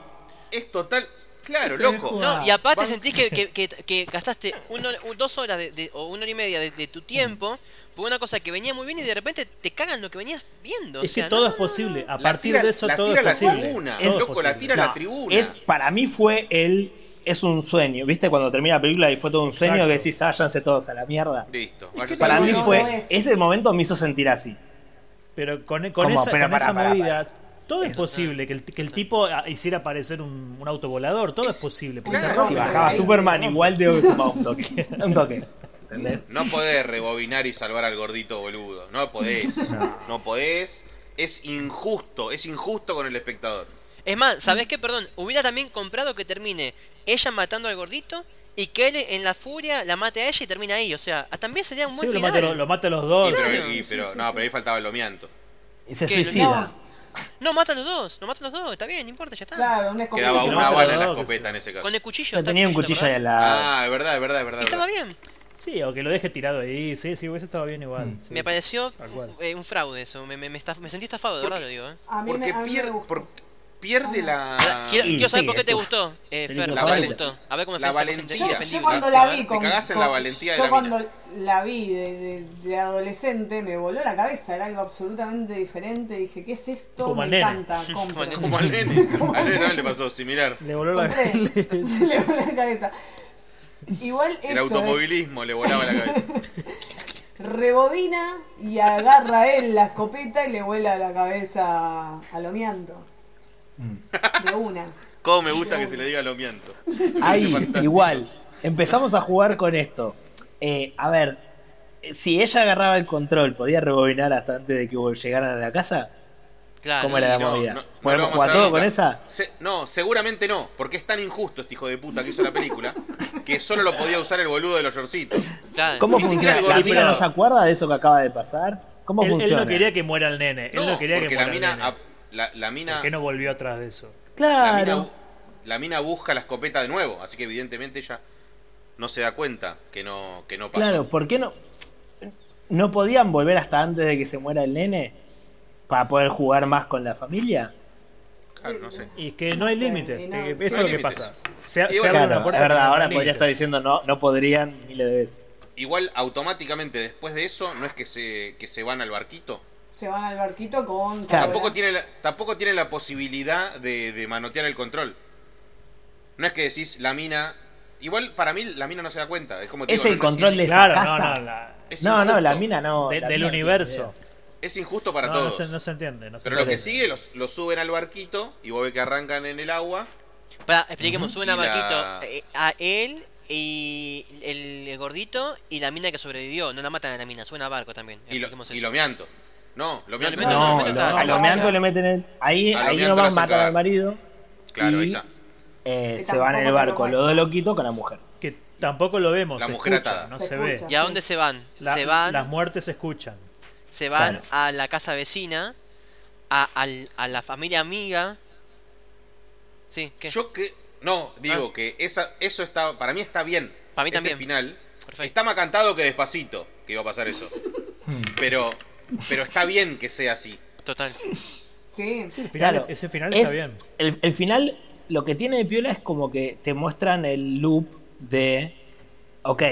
B: Es total. Claro,
C: Esto no
B: loco.
C: es
E: Ah,
D: No, y aparte
B: Van-
D: sentís que, que- que- que gastaste uno- u- dos horas de- de- o una hora y media de, de tu tiempo
E: Mm.
D: por una cosa que venía muy bien y de repente te cagan lo que venías viendo. o
E: Es que
D: sea,
E: todo
D: no,
E: es
D: no, no.
E: posible. A
B: La
E: partir
B: tira-
E: de eso
B: la
E: todo
B: tira
E: es
B: la
E: posible.
B: tribuna,
E: Todo es
B: loco, la
E: posible.
B: tira la tribuna.
C: Es, para mí fue el. Es un sueño. ¿Viste cuando termina la película y fue todo un sueño
E: Exacto.
C: que decís, váyanse todos a la mierda?
B: Listo.
E: Es que
B: váyanse
C: Para
B: a la
C: mí
B: mierda.
C: fue.
F: no es.
C: Ese momento me hizo sentir así.
E: Pero con, con
C: ¿Cómo?
E: esa,
C: Pero
E: con
C: pará,
E: esa
C: pará,
E: movida, todo es posible. Que el, que el tipo ah, hiciera aparecer un, un autovolador, todo es posible. Porque se
B: Claro.
C: Si
E: rompe.
C: bajaba
F: Ahí-
C: Superman, igual de hoy sumaba un toque. Un toque. ¿Entendés?
B: No podés rebobinar y salvar al gordito boludo. No podés. No, podés. Es injusto. Es injusto con el espectador.
D: Es
E: Mm.
D: más, ¿sabés qué? Perdón, hubiera también comprado que termine ella matando al gordito y que él en la furia la mate a ella y termina ahí. O sea, ah, también sería un
E: Sí,
D: buen
E: lo,
D: final.
E: mata, lo- lo mata a los dos.
B: Y pero,
D: Claro.
B: y- pero- no, pero ahí faltaba el lomianto.
C: Y se
D: Que no-
C: suicida.
D: No, mata a los dos, no mata a los dos, está bien, no importa, ya está.
F: Claro, una escopeta.
B: Quedaba
E: sí,
B: una
E: no,
B: bala en
E: pero
B: la
E: no, que
B: escopeta
E: sí.
B: en ese
D: Con
B: caso.
D: el cuchillo.
C: Yo
D: está
C: tenía un
D: cuchillo,
C: cuchillo
D: ¿te
C: ahí
D: acordás?
C: al lado.
B: Ah, es verdad, es verdad, es
D: Y
B: verdad. es
D: Estaba
B: verdad.
D: bien.
E: Sí, o que lo deje tirado ahí. Sí, sí, hubiese estado bien igual. sí.
D: Me pareció
E: Tal cual.
D: eh, un fraude eso, me, me, me, estaf- me sentí estafado, de verdad lo digo. eh.
F: A mí me,
B: Porque
F: a mí me
B: pierde,
F: gustó.
B: porque pierde
D: Ahora,
B: la.
D: quiero,
C: Ah, sí,
D: quiero saber
C: sí,
D: por qué te
C: es tu-
D: gustó, eh, Fer,
C: película
D: por qué te
B: favorita.
D: gustó. A ver cómo me
B: La
D: fue
B: valentía.
F: Yo,
B: Sí,
F: yo
B: defendible.
F: cuando la vi
B: Te
F: con,
B: cagás en
F: con-
B: la valentía de
F: yo
B: la
F: cuando
B: mina.
F: la vi de, de- de adolescente me voló la cabeza, era algo absolutamente diferente, dije, ¿qué es esto?
E: Como
F: me
E: al nene.
F: encanta,
D: Como al
F: compro.
B: Como al nene. Al nene también le pasó similar.
E: Le voló la
F: Compré. Se le voló la cabeza. Igual esto
B: El
F: de
B: automovilismo le volaba la cabeza.
F: rebobina y agarra él la escopeta y le vuela la cabeza a Lomianto. De una.
B: ¿Cómo me gusta que se le diga lomianto? Ah,
C: Ahí,
B: fantástico.
C: igual. Empezamos a jugar con esto. Eh, a ver, si ella agarraba el control, podía rebobinar hasta antes de que llegaran a la casa.
D: Claro.
C: ¿Cómo era la
B: No,
C: movida?
B: no, no
C: ¿Podemos
B: lo vamos
C: jugar
B: a
C: todo
B: ver
C: con
B: nunca.
C: esa?
B: Se- no, seguramente no, porque es tan injusto este hijo de puta que hizo la película que solo lo podía usar el boludo de los yorcitos.
D: Claro.
C: ¿Cómo
B: Ni siquiera
C: funciona?
B: el
C: ¿La
B: gobierno.
C: mina no se acuerda de eso que acaba de pasar? ¿Cómo
E: Él, él
C: funciona?
E: no quería que muera el nene. Él no,
B: No,
E: quería que
B: porque la
E: muera el
B: mina,
E: nene.
B: ap- la, la mina,
E: ¿Por qué no volvió atrás de eso?
B: la mina
C: Claro.
B: bu- la mina busca la escopeta de nuevo, así que evidentemente ella no se da cuenta que no, que no pasó.
C: Claro, ¿por qué no? ¿No podían volver hasta antes de que se muera el nene? ¿Para poder jugar más con la familia?
B: Claro, no sé.
E: Y es que no hay
F: sé,
E: límites.
F: y no-
E: eh, eso
F: no hay
E: es lo que
B: límites.
E: pasa. Se,
B: Y
E: se
B: bueno,
E: abre una
C: Claro, es
E: puerta.
C: verdad,
E: que no
C: ahora
E: hay
C: podría estar
E: límites.
C: diciendo no, no podrían miles de veces.
B: Igual automáticamente después de eso no es que se, que se van al barquito.
F: Se van al barquito con...
C: Claro.
B: Tampoco tiene la, tampoco tiene la posibilidad de, de manotear el control. No es que decís la mina. Igual para mí la mina no se da cuenta. Es como te
C: Es
B: digo,
C: el
B: no, no,
C: control
B: es,
C: de esa
E: Claro, no,
C: casa.
E: no. la-
B: es
C: No, no,
B: injusto.
C: la mina no.
E: de-
C: la
E: del
C: mina no tiene
E: universo.
B: Es injusto para
E: no, no
B: todos.
E: se, no se entiende. No se
B: Pero lo que
E: entiende.
B: sigue los- lo suben al barquito y vos ves que arrancan en el agua.
D: Para, expliquemos, suben a
B: Y la-
D: Marquito eh, a él y el, el gordito y la mina que sobrevivió. No la matan a la mina, suben a barco también.
B: Y lo,
D: Expliquemos
B: y
D: eso.
B: lo mianto. No, lo mianto.
D: le
C: idea.
B: no,
D: meten-
C: No,
D: le meten
C: lo-
D: toda la
C: a lo
D: cabeza.
C: meanto le meten el-
B: A
C: Ahí,
B: lo
C: ahí
B: meanto lo
C: nomás
B: hacen
C: matan al
B: cagar.
C: marido.
B: Claro, ahí
C: y,
B: está.
C: eh,
F: Que
C: se van en el
F: tampoco te lo
C: barco,
F: matan.
C: los dos loquitos con la mujer.
E: Que tampoco lo vemos.
B: La
E: se
B: mujer
E: escucha,
B: atada.
E: No
F: Se
E: se, ve.
F: escucha.
D: ¿Y a dónde se van?
E: La-
D: se van,
E: Las muertes se escuchan.
D: se van
C: Claro.
D: a la casa vecina, a, al- a la familia amiga. Sí, ¿qué?
B: Yo que. No,
C: Ah.
B: digo que esa, eso está. Para mí está bien.
D: Para mí
B: Ese
D: también.
B: final.
D: Perfecto.
B: Está más cantado que despacito que iba a pasar eso.
C: Hmm.
B: Pero, pero está bien que sea así.
D: Total.
F: Sí.
E: Sí, el final-
C: Claro,
E: ese final
C: es-
E: está bien.
C: El, el final, lo que tiene de piola es como que te muestran el loop de. Ok,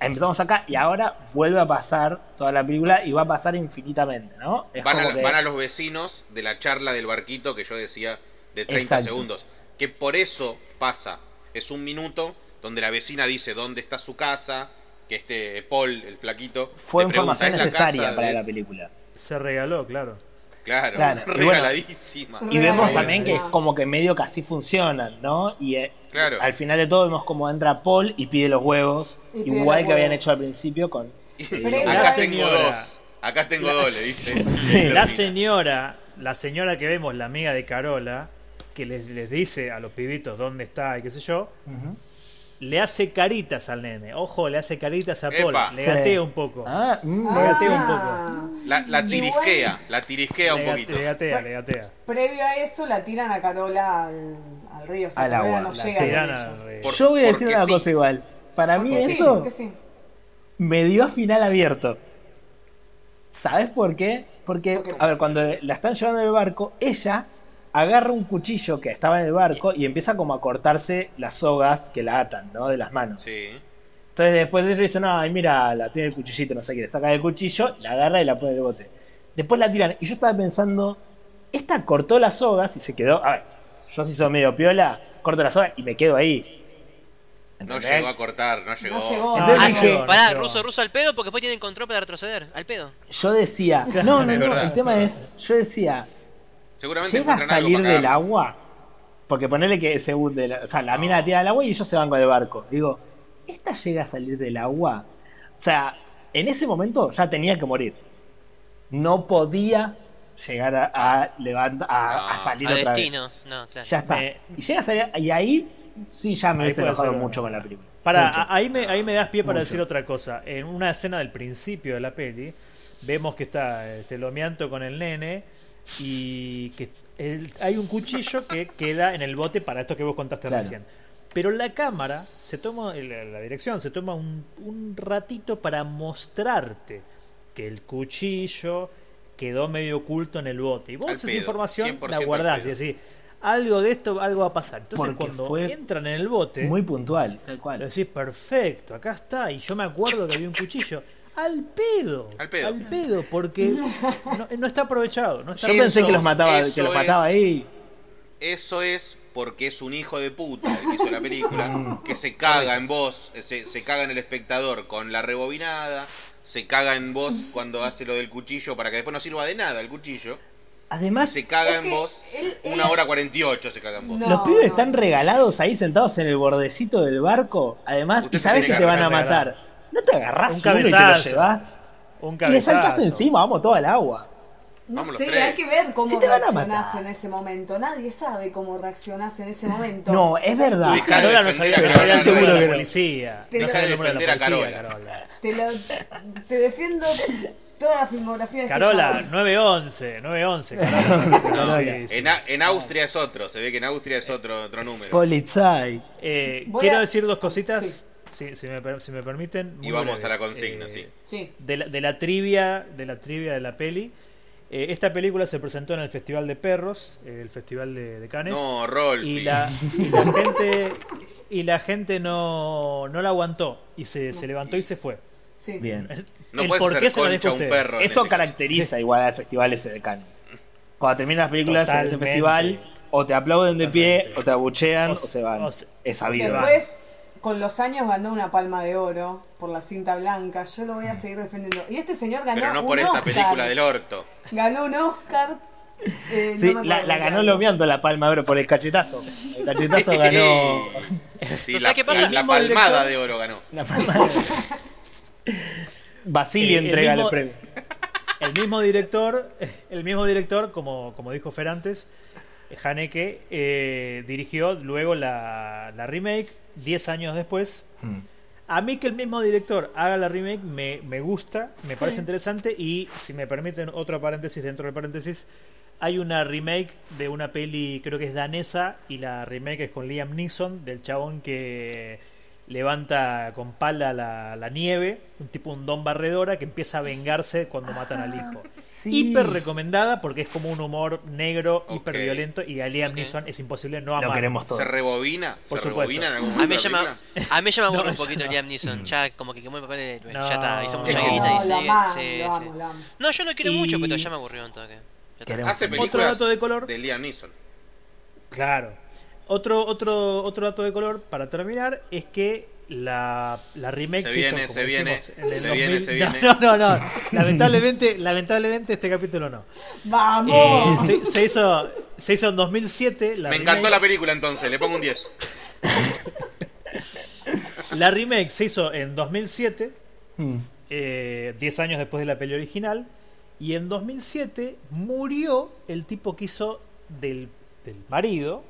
C: empezamos acá y ahora vuelve a pasar toda la película y va a pasar infinitamente, ¿no? Es
B: Van
C: como
B: a,
C: que-
B: van a los vecinos de la charla del barquito que yo decía de 30
C: Exacto.
B: segundos. Que por eso pasa. Es un minuto donde la vecina dice dónde está su casa. Que este Paul, el flaquito.
C: fue
B: le pregunta,
C: información
B: "¿Es la
C: necesaria
B: casa
C: para
B: de-?"
C: la película.
E: Se regaló, claro.
B: Claro,
C: Claro, y bueno.
B: regaladísima.
C: Y vemos
F: Real,
C: también que
F: real.
C: es como que medio que así funcionan, ¿no? Y eh,
B: Claro.
C: al final de todo vemos como entra Paul y pide los huevos,
F: Y pide los
C: igual que habían
F: huevos.
C: hecho al principio con...
F: Pero
B: Acá
F: la
B: tengo
E: señora-
B: dos. Acá tengo
E: la-
B: dos, le dice.
E: La
B: Termina.
E: señora, la señora que vemos, la amiga de Carola, que les, les dice a los pibitos dónde está y qué sé yo, le hace caritas al nene. Ojo, le hace caritas a
B: Epa.
E: Paul. Le
C: Sí.
E: gatea un poco.
C: Ah, mm,
E: Me gatea un
F: Ah.
B: La, la
F: Igual-
B: tirisquea, la tirisquea
E: le,
B: un
E: gate-
B: poquito.
E: le gatea, le gatea.
F: Previo a eso la tiran a Carola al, al río. O sea,
C: Al
F: Carola
C: agua,
F: no
C: la
F: llega.
E: Tirana
F: con ellos.
E: re-
B: Por-
C: Yo voy a decir
B: porque
C: una
B: sí.
C: cosa igual. Para mí
F: Porque sí,
C: eso
F: que sí.
C: me dio a final abierto. ¿Sabes por qué? Porque,
F: Ok.
C: a ver, cuando la están llevando en el barco, ella agarra un cuchillo que estaba en el barco y empieza como a cortarse las sogas que la atan, ¿no? De las manos.
B: Sí.
C: Entonces después ella dice, no, ay, mira, la tiene el cuchillito, no sé qué, le saca el cuchillo, la agarra y la pone en el bote. Después la tiran. Y yo estaba pensando, esta cortó las sogas y se quedó. A ver, yo si soy medio piola, corto las sogas y me quedo ahí.
B: No
C: ¿Entendés?
B: llegó a cortar, no llegó.
F: No llegó.
E: Entonces
D: Ah,
C: dije-
E: llegó,
D: pará,
E: llegó.
D: ruso, ruso al pedo porque después tienen control para retroceder. Al pedo.
C: Yo decía, no, no,
B: Es
C: no,
B: verdad.
C: el tema es, yo decía,
B: Seguramente
C: llega a
B: encuentran algo
C: salir
B: para
C: del
B: cagar.
C: agua, porque ponele que se hunde, la- o sea, la
B: No.
C: mina la tira al agua y ellos se van con el barco. Digo, ¿esta llega a salir del agua? O sea, en ese momento ya tenía que morir. No podía llegar a, a levanta- a, a
B: No,
C: salir
D: Al
C: otra
D: destino. No, claro.
C: vez. Ya está.
E: Me-
C: Y llega a salir, y ahí sí ya me
E: Ahí
C: hubiese
E: puede
C: enojado
E: ser, ah,
C: mucho
E: ¿no?
C: con la película.
E: Para,
C: Mucho.
E: a- ahí me, ahí me das pie para
C: Mucho.
E: decir otra cosa. En una escena del principio de la peli, vemos que está este, Lomianto con el nene y que el- hay un cuchillo que queda en el bote para esto que vos contaste
C: Claro.
E: recién. Pero la cámara, se toma la, la dirección, se toma un, un ratito para mostrarte que el cuchillo quedó medio oculto en el bote. Y vos
B: Al
E: esa
B: pedo,
E: información
B: 100%
E: la
B: al
E: guardás y
B: pedo.
E: decís, algo de esto, algo va a pasar. Entonces
C: Porque
E: cuando
C: fue
E: entran en el bote...
C: Muy puntual, tal cual.
E: Lo decís, perfecto, acá está. Y yo me acuerdo que había un cuchillo. Al pedo.
B: Al pedo.
E: pedo, porque no, no está aprovechado. No está
C: Yo pensé que los mataba, que
B: eso
C: los mataba
B: es-
C: ahí.
B: Eso es porque es un hijo de puta el que hizo la
E: Mm.
B: película, que se caga en vos, se, se caga en el espectador con la rebobinada, se caga en vos cuando hace lo del cuchillo para que después no sirva de nada el cuchillo, y
C: Además,
B: se caga
F: Es
B: en
F: que
B: vos,
F: él- él-
B: una hora cuarenta y ocho se caga en vos.
F: No,
C: Los pibes
F: no.
C: están regalados ahí sentados en el bordecito del barco. Además,
B: Usted
C: y
B: se
C: sabes
B: tiene
C: que
B: que
C: te van a
E: agarrar,
C: matar. No te agarrás
E: Un
C: uno y te lo
E: cabezazo.
C: llevas.
E: Un
C: Y le saltás
E: cabezazo.
C: encima, vamos todo al agua.
F: No
B: Vamos los
F: sé,
B: tres.
F: hay que ver cómo
C: Sí te van a
F: reaccionás
C: matar.
F: en ese momento. Nadie sabe cómo reaccionás en ese momento.
C: No, es verdad.
E: Y Carola no sabía, no
B: Pero
E: sabía el
C: seguro
E: número de
C: que
E: la
C: no.
E: policía.
F: Te
E: No
F: lo-
E: sabía el número de la
B: defender a
E: policía,
B: Carola.
E: Carola.
F: Te, lo, te defiendo toda la filmografía de este
E: Carola,
F: chabón.
E: 911, 911, Carola.
B: No,
E: Sí,
C: en
E: sí.
B: en, A- en Austria es otro, se ve que en Austria es otro, otro número.
C: Polizai.
E: Eh,
F: Voy
E: quiero
F: a-
E: decir dos cositas, si, si me, per- si me permiten. muy
B: Y vamos
E: breves.
B: a la consigna,
E: Eh,
B: sí.
F: Sí.
E: de la, de la trivia de la trivia de la peli. Eh, esta película se presentó en el Festival de Perros, eh, el Festival de, de Cannes,
B: No, Rolfi.
E: y la, y la gente y la gente no, no la aguantó y se, se levantó y se fue.
F: Sí.
C: Bien.
B: No
E: el
B: puedes
E: por qué
B: hacer
E: se lo
B: concha
E: dejo a
B: a un
E: ustedes.
B: perro. en ese
C: Eso
B: caso.
C: caracteriza igual al festival ese de Cannes. Cuando terminan las películas en ese
E: Totalmente.
C: festival, o te aplauden de pie,
E: Totalmente.
C: o te abuchean,
E: O
C: o,
E: se-
C: se van.
E: o se-
C: es
E: o se
C: sabido.
E: van.
F: Después, con los años ganó una palma de oro por la cinta blanca. Yo lo voy
C: Mm.
F: a seguir defendiendo. Y este señor ganó
B: Pero no
F: un
B: por esta
F: Oscar.
B: película del orto.
F: Ganó un Oscar. eh,
C: Sí,
F: no me
C: la,
F: acuerdo
C: la
F: el
C: ganó
F: año.
C: lomeando la palma de oro por el cachetazo. El cachetazo ganó.
B: Sí,
D: ¿Sabes
B: la,
D: qué pasa?
B: la
D: El mismo
B: palmada
E: director-
B: de oro ganó.
C: La palma de oro. Basili
E: Eh, el
C: entrega
E: mismo-
C: los premios.
E: El mismo director, el mismo director, como, como dijo Fer antes, Haneke, eh, dirigió luego la, la remake 10 años después.
C: Mm.
E: A mí que el mismo director haga la remake me, me gusta, me parece interesante y si me permiten otro paréntesis dentro del paréntesis, hay una remake de una peli creo que es danesa y la remake es con Liam Neeson del chabón que levanta con pala la, la nieve, un tipo un don barredora que empieza a vengarse cuando matan al hijo.
C: Sí.
E: Hiper recomendada porque es como un humor negro,
B: Ok.
E: hiper violento y a Liam
D: Ok.
E: Neeson es imposible no amar.
C: Lo queremos todo.
B: ¿Se rebobina?
E: Por
B: ¿Se
E: supuesto.
B: rebobina en algún
D: A
B: momento
D: mí
B: la
D: ya me,
B: película?
D: a mí ya me aburre
E: No,
D: un
E: eso
D: poquito
E: no.
D: Liam Neeson. Ya como que quemó el papel del héroe. Ya está, hizo
E: No.
D: mucha
B: No,
D: guita y
F: No,
D: se.
F: lo amaba,
D: se-
F: lo
D: se-
F: amo, lo amo.
D: No, yo lo quiero
E: Y-
D: mucho, pero ya me aburrió en todo. acá. Ya está.
C: Queremos
B: Hace
C: un-
B: películas
E: Otro dato de color.
B: de Liam Neeson.
E: Claro. Otro, otro, otro dato de color para terminar es que la, la remake
B: Se
E: hizo,
B: viene,
E: como
B: se viene,
E: dijimos, en el
B: se viene,
E: 2000.
B: se viene.
E: No, no, no, no. Lamentablemente, lamentablemente este capítulo no. Eh,
F: ¡Vamos!
E: se, se hizo, se hizo en 2007. La
B: Me
E: remake.
B: encantó la película entonces, le pongo un 10.
E: La remake se hizo en 2007,
C: Mm.
E: eh, 10 años después de la peli original. Y en 2007 murió el tipo que hizo del, del marido.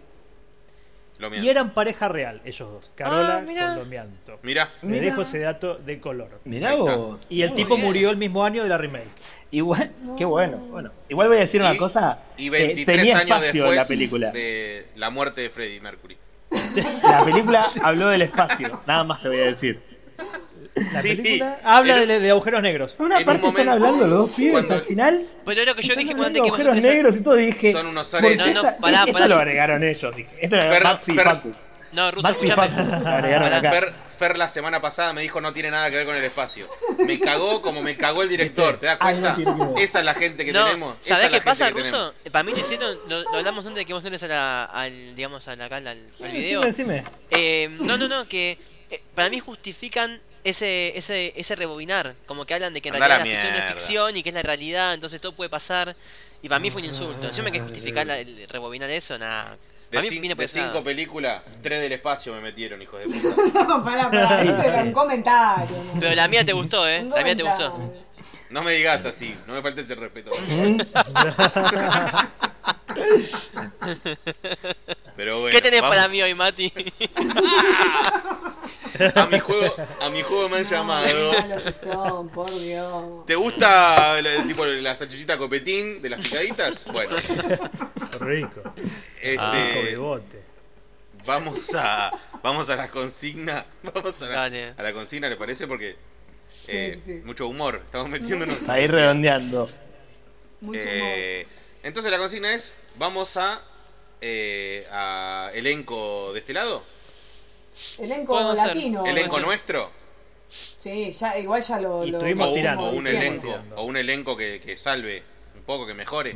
B: Lomianto.
E: Y eran pareja real, ellos dos. Carola
D: Ah, mirá.
E: con Lomianto.
B: Mirá,
E: Le
C: Mirá.
E: dejo ese dato de color.
C: Mirá
B: Ahí está.
C: vos.
E: Y el
C: Muy
E: tipo
D: bien.
E: murió el mismo año de la remake.
C: Igual, qué bueno, bueno. Igual voy a decir una
B: Mm. Y-
C: cosa.
B: y
C: eh,
B: 23
C: tenía
B: años
C: espacio
B: después
C: la película.
B: de la muerte de Freddie Mercury.
C: La película habló del espacio, nada más te voy a decir.
E: La
B: Sí,
E: película habla
B: en-
E: de, de agujeros negros.
C: Por una
B: En un
C: parte
B: momento-
C: están hablando los dos pibes
B: Cuando-
C: al final.
D: Pero lo que yo
C: están
D: dije
C: hablando
D: antes que
C: de agujeros
D: vosotros...
C: negros y todo dije.
B: Son unos
C: ¿por
B: ares.
C: qué
D: No, no,
C: esta-
D: pará,
C: esto
D: pará,
C: lo
D: yo-
C: agregaron ellos, dije. Esto lo
B: Fer-
C: agregaron Maxi y
B: Fer-
C: Facu.
D: No, Ruso,
C: Maxi y
D: escuchame.
C: Facu lo agregaron
D: Pará,
C: acá.
B: Fer, Fer la semana pasada me dijo no tiene nada que ver con el espacio. Me cagó como me cagó el director, ¿te das
C: Ay, no
B: cuenta?
C: tiene que ver.
B: Esa es la gente que
D: no,
B: tenemos. esa es
D: ¿Sabés
B: la
D: qué
B: gente
D: pasa,
B: que tenemos.
D: Ruso? Para mí lo hicieron, lo, lo hablamos antes de que vos entres a la, al, digamos, a la, acá al, al video.
C: Decime, decime.
D: Eh, no, no, no, que eh, para mí justifican ese, ese, ese rebobinar. Como que hablan de que en
B: Andá a
D: realidad la,
B: la
D: ficción es
B: mierda.
D: ficción y que es la realidad, entonces todo puede pasar. Y para mí fue un insulto. Encima que justificar la- el rebobinar eso, nada.
B: De,
D: Para mí
B: cin-
D: viene
B: de cinco
D: pesado.
B: películas, tres del espacio me metieron, hijos de puta.
F: No, pará, pará,
C: Eh.
F: viste, era un comentario. ¿no?
D: Pero la mía te gustó, ¿eh?
F: Un
D: La mía te
F: comentario.
D: gustó.
B: No me digas así, no me faltes el respeto. Pero bueno,
D: ¿Qué tenés
B: vamos
D: para mí hoy, Mati?
B: A mi juego, a mi juego me han llamado.
F: No, lo que son, por Dios.
B: ¿Te gusta la, tipo la salchichita copetín de las picaditas? Bueno,
E: Rico.
B: este,
E: Rico bigote.
B: vamos a vamos a la consigna, vamos a la,
D: Dale.
B: a la consigna, ¿le parece? Porque eh,
F: sí, sí.
B: mucho humor, estamos metiéndonos.
C: Ahí redondeando.
F: Mucho humor.
B: Eh, entonces la consigna es, vamos a eh, a elenco de este lado,
F: Elenco
D: podemos hacer
F: latino.
B: elenco
D: sí.
B: nuestro.
F: Sí, ya, igual ya lo.
E: Y
F: lo-
E: estuvimos
B: o un,
E: tirando,
B: o un
E: estuvimos
B: elenco,
E: tirando.
B: o un elenco que, que salve un poco, que mejore.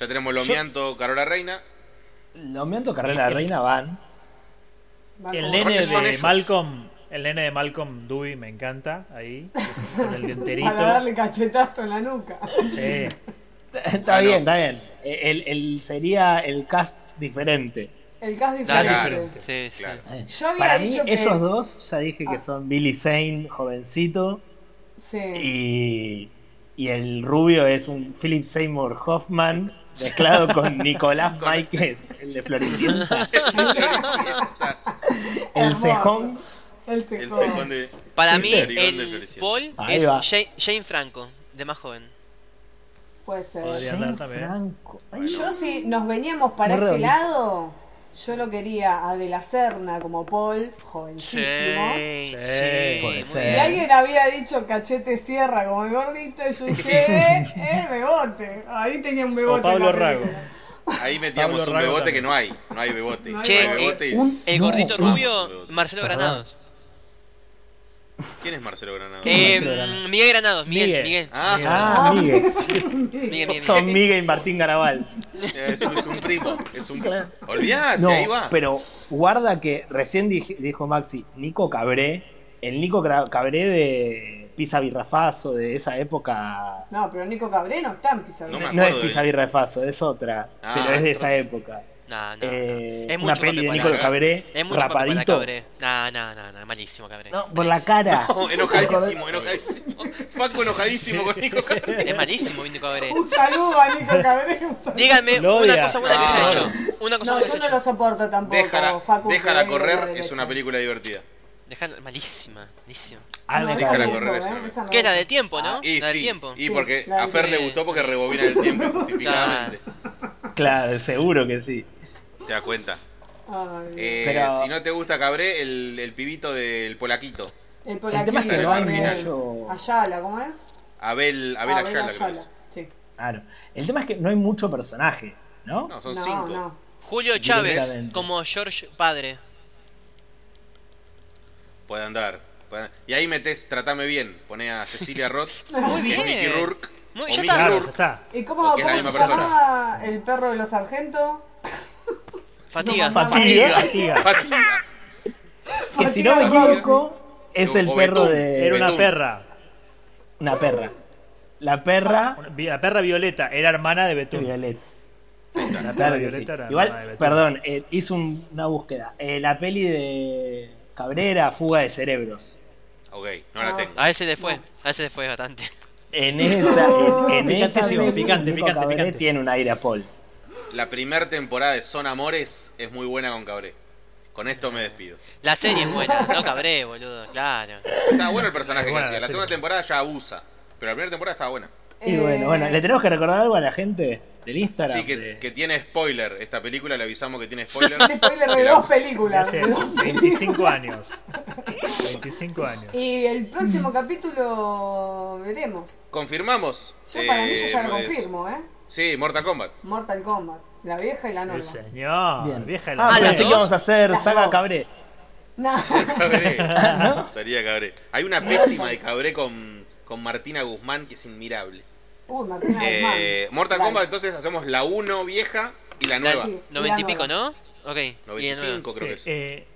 B: Ya tenemos Lomianto, Carola Reina.
C: Lomianto, Carrera de Reina van.
F: Banco.
E: El
B: Aparte
E: nene
B: son
E: de
B: ellos.
E: Malcolm, el nene de Malcolm Dewey me encanta ahí, con el
F: Para
E: dienterito.
F: darle cachetazo en la nuca.
E: Sí.
C: Está
B: Ah, no.
C: bien, está bien. E, El, el- sería el cast diferente.
F: El caso
D: Dale.
F: diferente.
D: Sí, sí.
B: Claro.
F: Yo había
C: Para mí,
F: dicho que.
C: esos dos, ya dije que
F: Ah.
C: son Billy Zane, jovencito,
F: Sí.
C: y, y el rubio es un Philip Seymour Hoffman mezclado con Nicolás
B: Con-
C: Maikes, el de Floricienta, el
F: Hermoso.
C: cejón.
F: El
B: El
F: cejón.
B: cejón de...
D: Para
B: Sí,
D: mí,
B: sí. Iván de
D: el
B: Floricienta.
D: Paul
C: Ahí
D: es
C: va.
D: Jane, Jane Franco, de más joven.
F: Puede ser.
E: Podría andar también.
C: Franco. Ay,
F: Yo si nos veníamos para
C: No
F: este
C: redondo.
F: lado, yo lo quería a De la Serna como Paul,
D: Sí,
F: jovencísimo.
D: sí,
E: Sí, puede
D: muy
E: ser.
F: Y
D: bien.
F: alguien había dicho cachete sierra como el gordito y yo dije, eh, eh, bebote. Ahí tenía un bebote.
E: O Pablo
F: en la
E: Rago.
F: película.
B: Ahí metíamos
E: Pablo
B: un
E: Rago
B: bebote
E: también.
B: que no hay. No hay bebote.
F: No hay
B: Che,
D: bebote.
B: bebote. y-
C: Un-
D: El
C: No,
D: gordito
C: no.
D: rubio, Marcelo Granados.
B: ¿Quién es Marcelo Granado?
D: Eh,
C: Marcelo Granados.
D: Miguel Granados, Miguel,
E: Miguel.
D: Miguel.
B: Ah,
C: Ah, Miguel.
D: Miguel, Miguel,
C: Son
D: Miguel.
C: Miguel y Martín Garabal.
B: es, es un primo. Es un
C: Claro.
B: Olvídate,
C: No,
B: ahí va.
C: pero guarda que recién dij- dijo Maxi, Nico Cabré, el Nico Cra- Cabré de Pisa Birrafazo, de esa época.
F: No, pero Nico Cabré no está en Pizarro.
B: No me
C: No es
B: acuerdo de-
C: Pisa Birrafazo, es otra,
B: Ah,
C: pero es de esa
B: entonces-
C: época.
D: No, no, no.
C: Eh,
D: Es
C: una
D: mucho
C: peli
D: papel
C: de
D: para
C: Nico
D: la Cabré.
C: Cabré,
D: Es mucho papel para la
C: rapadito.
D: Cabré. No, no, no, no, malísimo Cabré.
C: No, por la cara.
B: No, enojadísimo, enojadísimo. Paco enojadísimo con Nico Cabrera.
D: Es malísimo Nico Cabré.
F: Un saludo a Nico Cabré. un saludo.
D: Díganme
E: Lo
D: una
E: odia.
D: cosa buena que haya
B: Ah.
D: hecho. Una cosa
F: No,
D: buena que
F: yo
D: haya
F: no lo
D: hecho.
F: soporto tampoco.
B: Déjala,
F: Facu,
B: déjala
F: que viene de la
B: correr, es
F: derecha.
B: una película divertida.
D: Dejala- malísima, malísima.
C: Ah,
F: No,
C: me
F: esa
B: Déjala
C: cago.
F: me
B: correr,
F: gustó,
B: esa
F: ¿eh?
B: no.
F: Esa me
D: Que es la
F: gustó.
D: del tiempo, ¿no?
B: Ah, Y
D: ¿Ah? la del
B: sí,
D: tiempo.
B: y
F: Sí,
B: porque
F: la
B: a
F: del
B: Fer le
D: tiempo.
B: gustó porque rebobina el tiempo, justificadamente.
C: Claro, seguro que sí.
B: Te das cuenta.
F: Ay,
B: Eh,
C: Pero-
B: Si no te gusta Cabré, el, el pibito del polaquito.
F: el
C: el tema es que
F: polaquito,
B: no hay
F: Gabriel.
C: mucho-
F: Ayala, ¿cómo es?
B: Abel, Abel
F: Abel
B: Ayala, creo que es.
F: Sí.
C: Claro. El tema es que no hay mucho personaje, ¿no?
B: No, son
F: No,
B: cinco.
F: no.
D: Julio Chávez
C: Directamente.
D: como George Padre.
B: Puede andar. puede andar. Y ahí metes, tratame bien. Pone a Cecilia Roth.
D: Muy
B: que
D: bien.
B: Es Mickey Rourke.
D: Muy-
B: o
D: ya
B: Mickey
D: está.
E: Claro, ya
B: Rourke.
E: está.
F: ¿Y cómo,
B: Porque es la
F: cómo
B: misma
F: se
B: persona.
F: llamaba el perro de los sargentos?
D: Fatiga.
F: No, mamá.
C: Fatiga.
E: Fatiga.
C: Que si no me
F: Fatiga.
C: equivoco, es
B: O-
C: el
B: o
C: perro
B: Betún.
C: de.
E: Era una
B: Betún.
E: perra.
C: Una perra. La perra
E: Ah, Una- La perra Violeta era hermana
C: de
E: de Betún.
C: Violet.
E: La perra
C: Claro que
E: Violeta
C: sí.
E: era hermana de
C: Igual,
E: Betún.
C: perdón, eh, hice un- una búsqueda. Eh, la peli de Cabrera, Fuga de Cerebros.
B: Ok, no la
F: Ah.
B: tengo.
D: A él se le fue. A él se le fue bastante.
C: En esa. En, en
E: Picantísimo,
C: esa peli,
E: picante,
C: Nico
E: picante, Eh.
C: Cabré
E: picante.
C: tiene un aire a Paul.
B: La primera temporada de Son Amores es muy buena con Cabré. Con esto me despido.
D: La serie es buena, no cabré, boludo, claro.
B: Estaba bueno el personaje que
E: Bueno,
B: hacía. La
E: sí.
B: segunda temporada ya abusa. Pero la primera temporada estaba buena.
C: Y bueno, bueno, ¿le
F: Eh,
C: tenemos que recordar algo a la gente del Instagram?
B: Sí, que,
C: de-
B: que tiene spoiler. Esta película le avisamos que tiene spoiler.
F: un spoiler de dos películas.
E: Hace
F: de dos películas.
E: 25 años. 25 años.
F: Y el próximo capítulo veremos.
B: Confirmamos.
F: Yo para mí
B: eh,
F: yo ya lo
B: es-
F: confirmo, ¿eh?
B: Sí, Mortal Kombat.
F: Mortal Kombat, la vieja y la
E: Sí,
F: nueva.
E: señor.
C: Bien.
E: Vieja de la
C: Ah,
D: ¿las
C: pensé que
D: dos?
C: íbamos a hacer
F: Las
C: Saga
F: dos.
C: Cabré.
F: Nah.
B: Cabré. Sería Cabré. Hay una pésima de Cabré con, con Martina Guzmán que es inmirable.
F: Uy, Martina
B: Eh,
F: Guzmán.
B: Mortal
F: Claro.
B: Kombat, entonces hacemos la 1 vieja y la
D: La,
B: nueva.
F: Sí.
D: 90 y
F: la
D: pico,
F: nueva.
D: ¿no? Ok, y de nuevo.
B: 95 creo que es.
E: Sí, eh,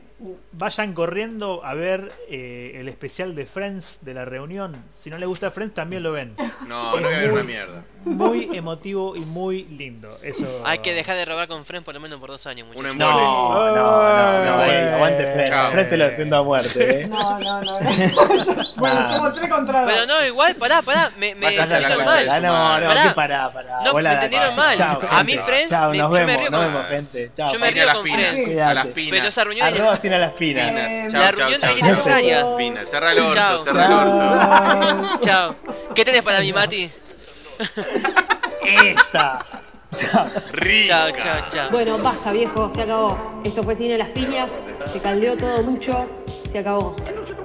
E: vayan corriendo a ver eh, el especial de Friends de la reunión. Si no les gusta Friends, también lo ven.
B: No, no voy a ver una mierda.
E: Muy emotivo y muy lindo. Eso.
D: Hay que dejar de robar con Friends por lo menos por dos años,
B: Una
D: muchachos.
B: en
C: No, no, no, no,
B: Eh,
C: güey, aguante Fred.
B: chao.
C: Fred te lo defiendo a muerte, eh.
F: No, no, no. bueno,
C: Nah.
F: somos tres contra dos.
D: Pero no, igual, pará, pará, me, me
B: Vaya,
C: Vaya la
B: Entendieron
C: concha,
D: entendieron
B: mal.
D: mal.
C: No, no,
D: Pará.
C: sí, pará, pará.
D: No,
C: Hola,
D: me
C: la
D: entendieron
C: concha.
D: mal.
C: Chao,
D: A mí
C: gente.
D: Friends,
C: Chao,
D: me-
C: nos
D: yo me
C: vemos,
D: río
C: nos
D: con-
C: vemos, gente. Chao.
D: Yo me
B: Cine a
D: río
B: las
D: con
B: pinas.
D: Friends.
B: A las
C: Pero
B: pinas.
D: Pero esa reunión es-
C: Arroba sin a las pinas.
B: Pinas.
F: Eh,
B: Chao,
D: la
B: chao,
D: reunión
B: chao,
D: es
B: chao.
D: innecesaria.
B: Pinas. Cerra el orto,
D: Chao.
B: cerra el orto.
D: Chao. ¿Qué tenés para mí, Mati?
C: Esta.
D: Chao,
B: Rica.
D: chao, chao.
A: Bueno, basta, viejo, se acabó. Esto fue Cine de las Piñas, se caldeó todo mucho, se acabó.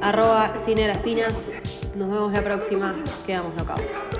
A: Arroba Cine de las Piñas, nos vemos la próxima, quedamos knockout.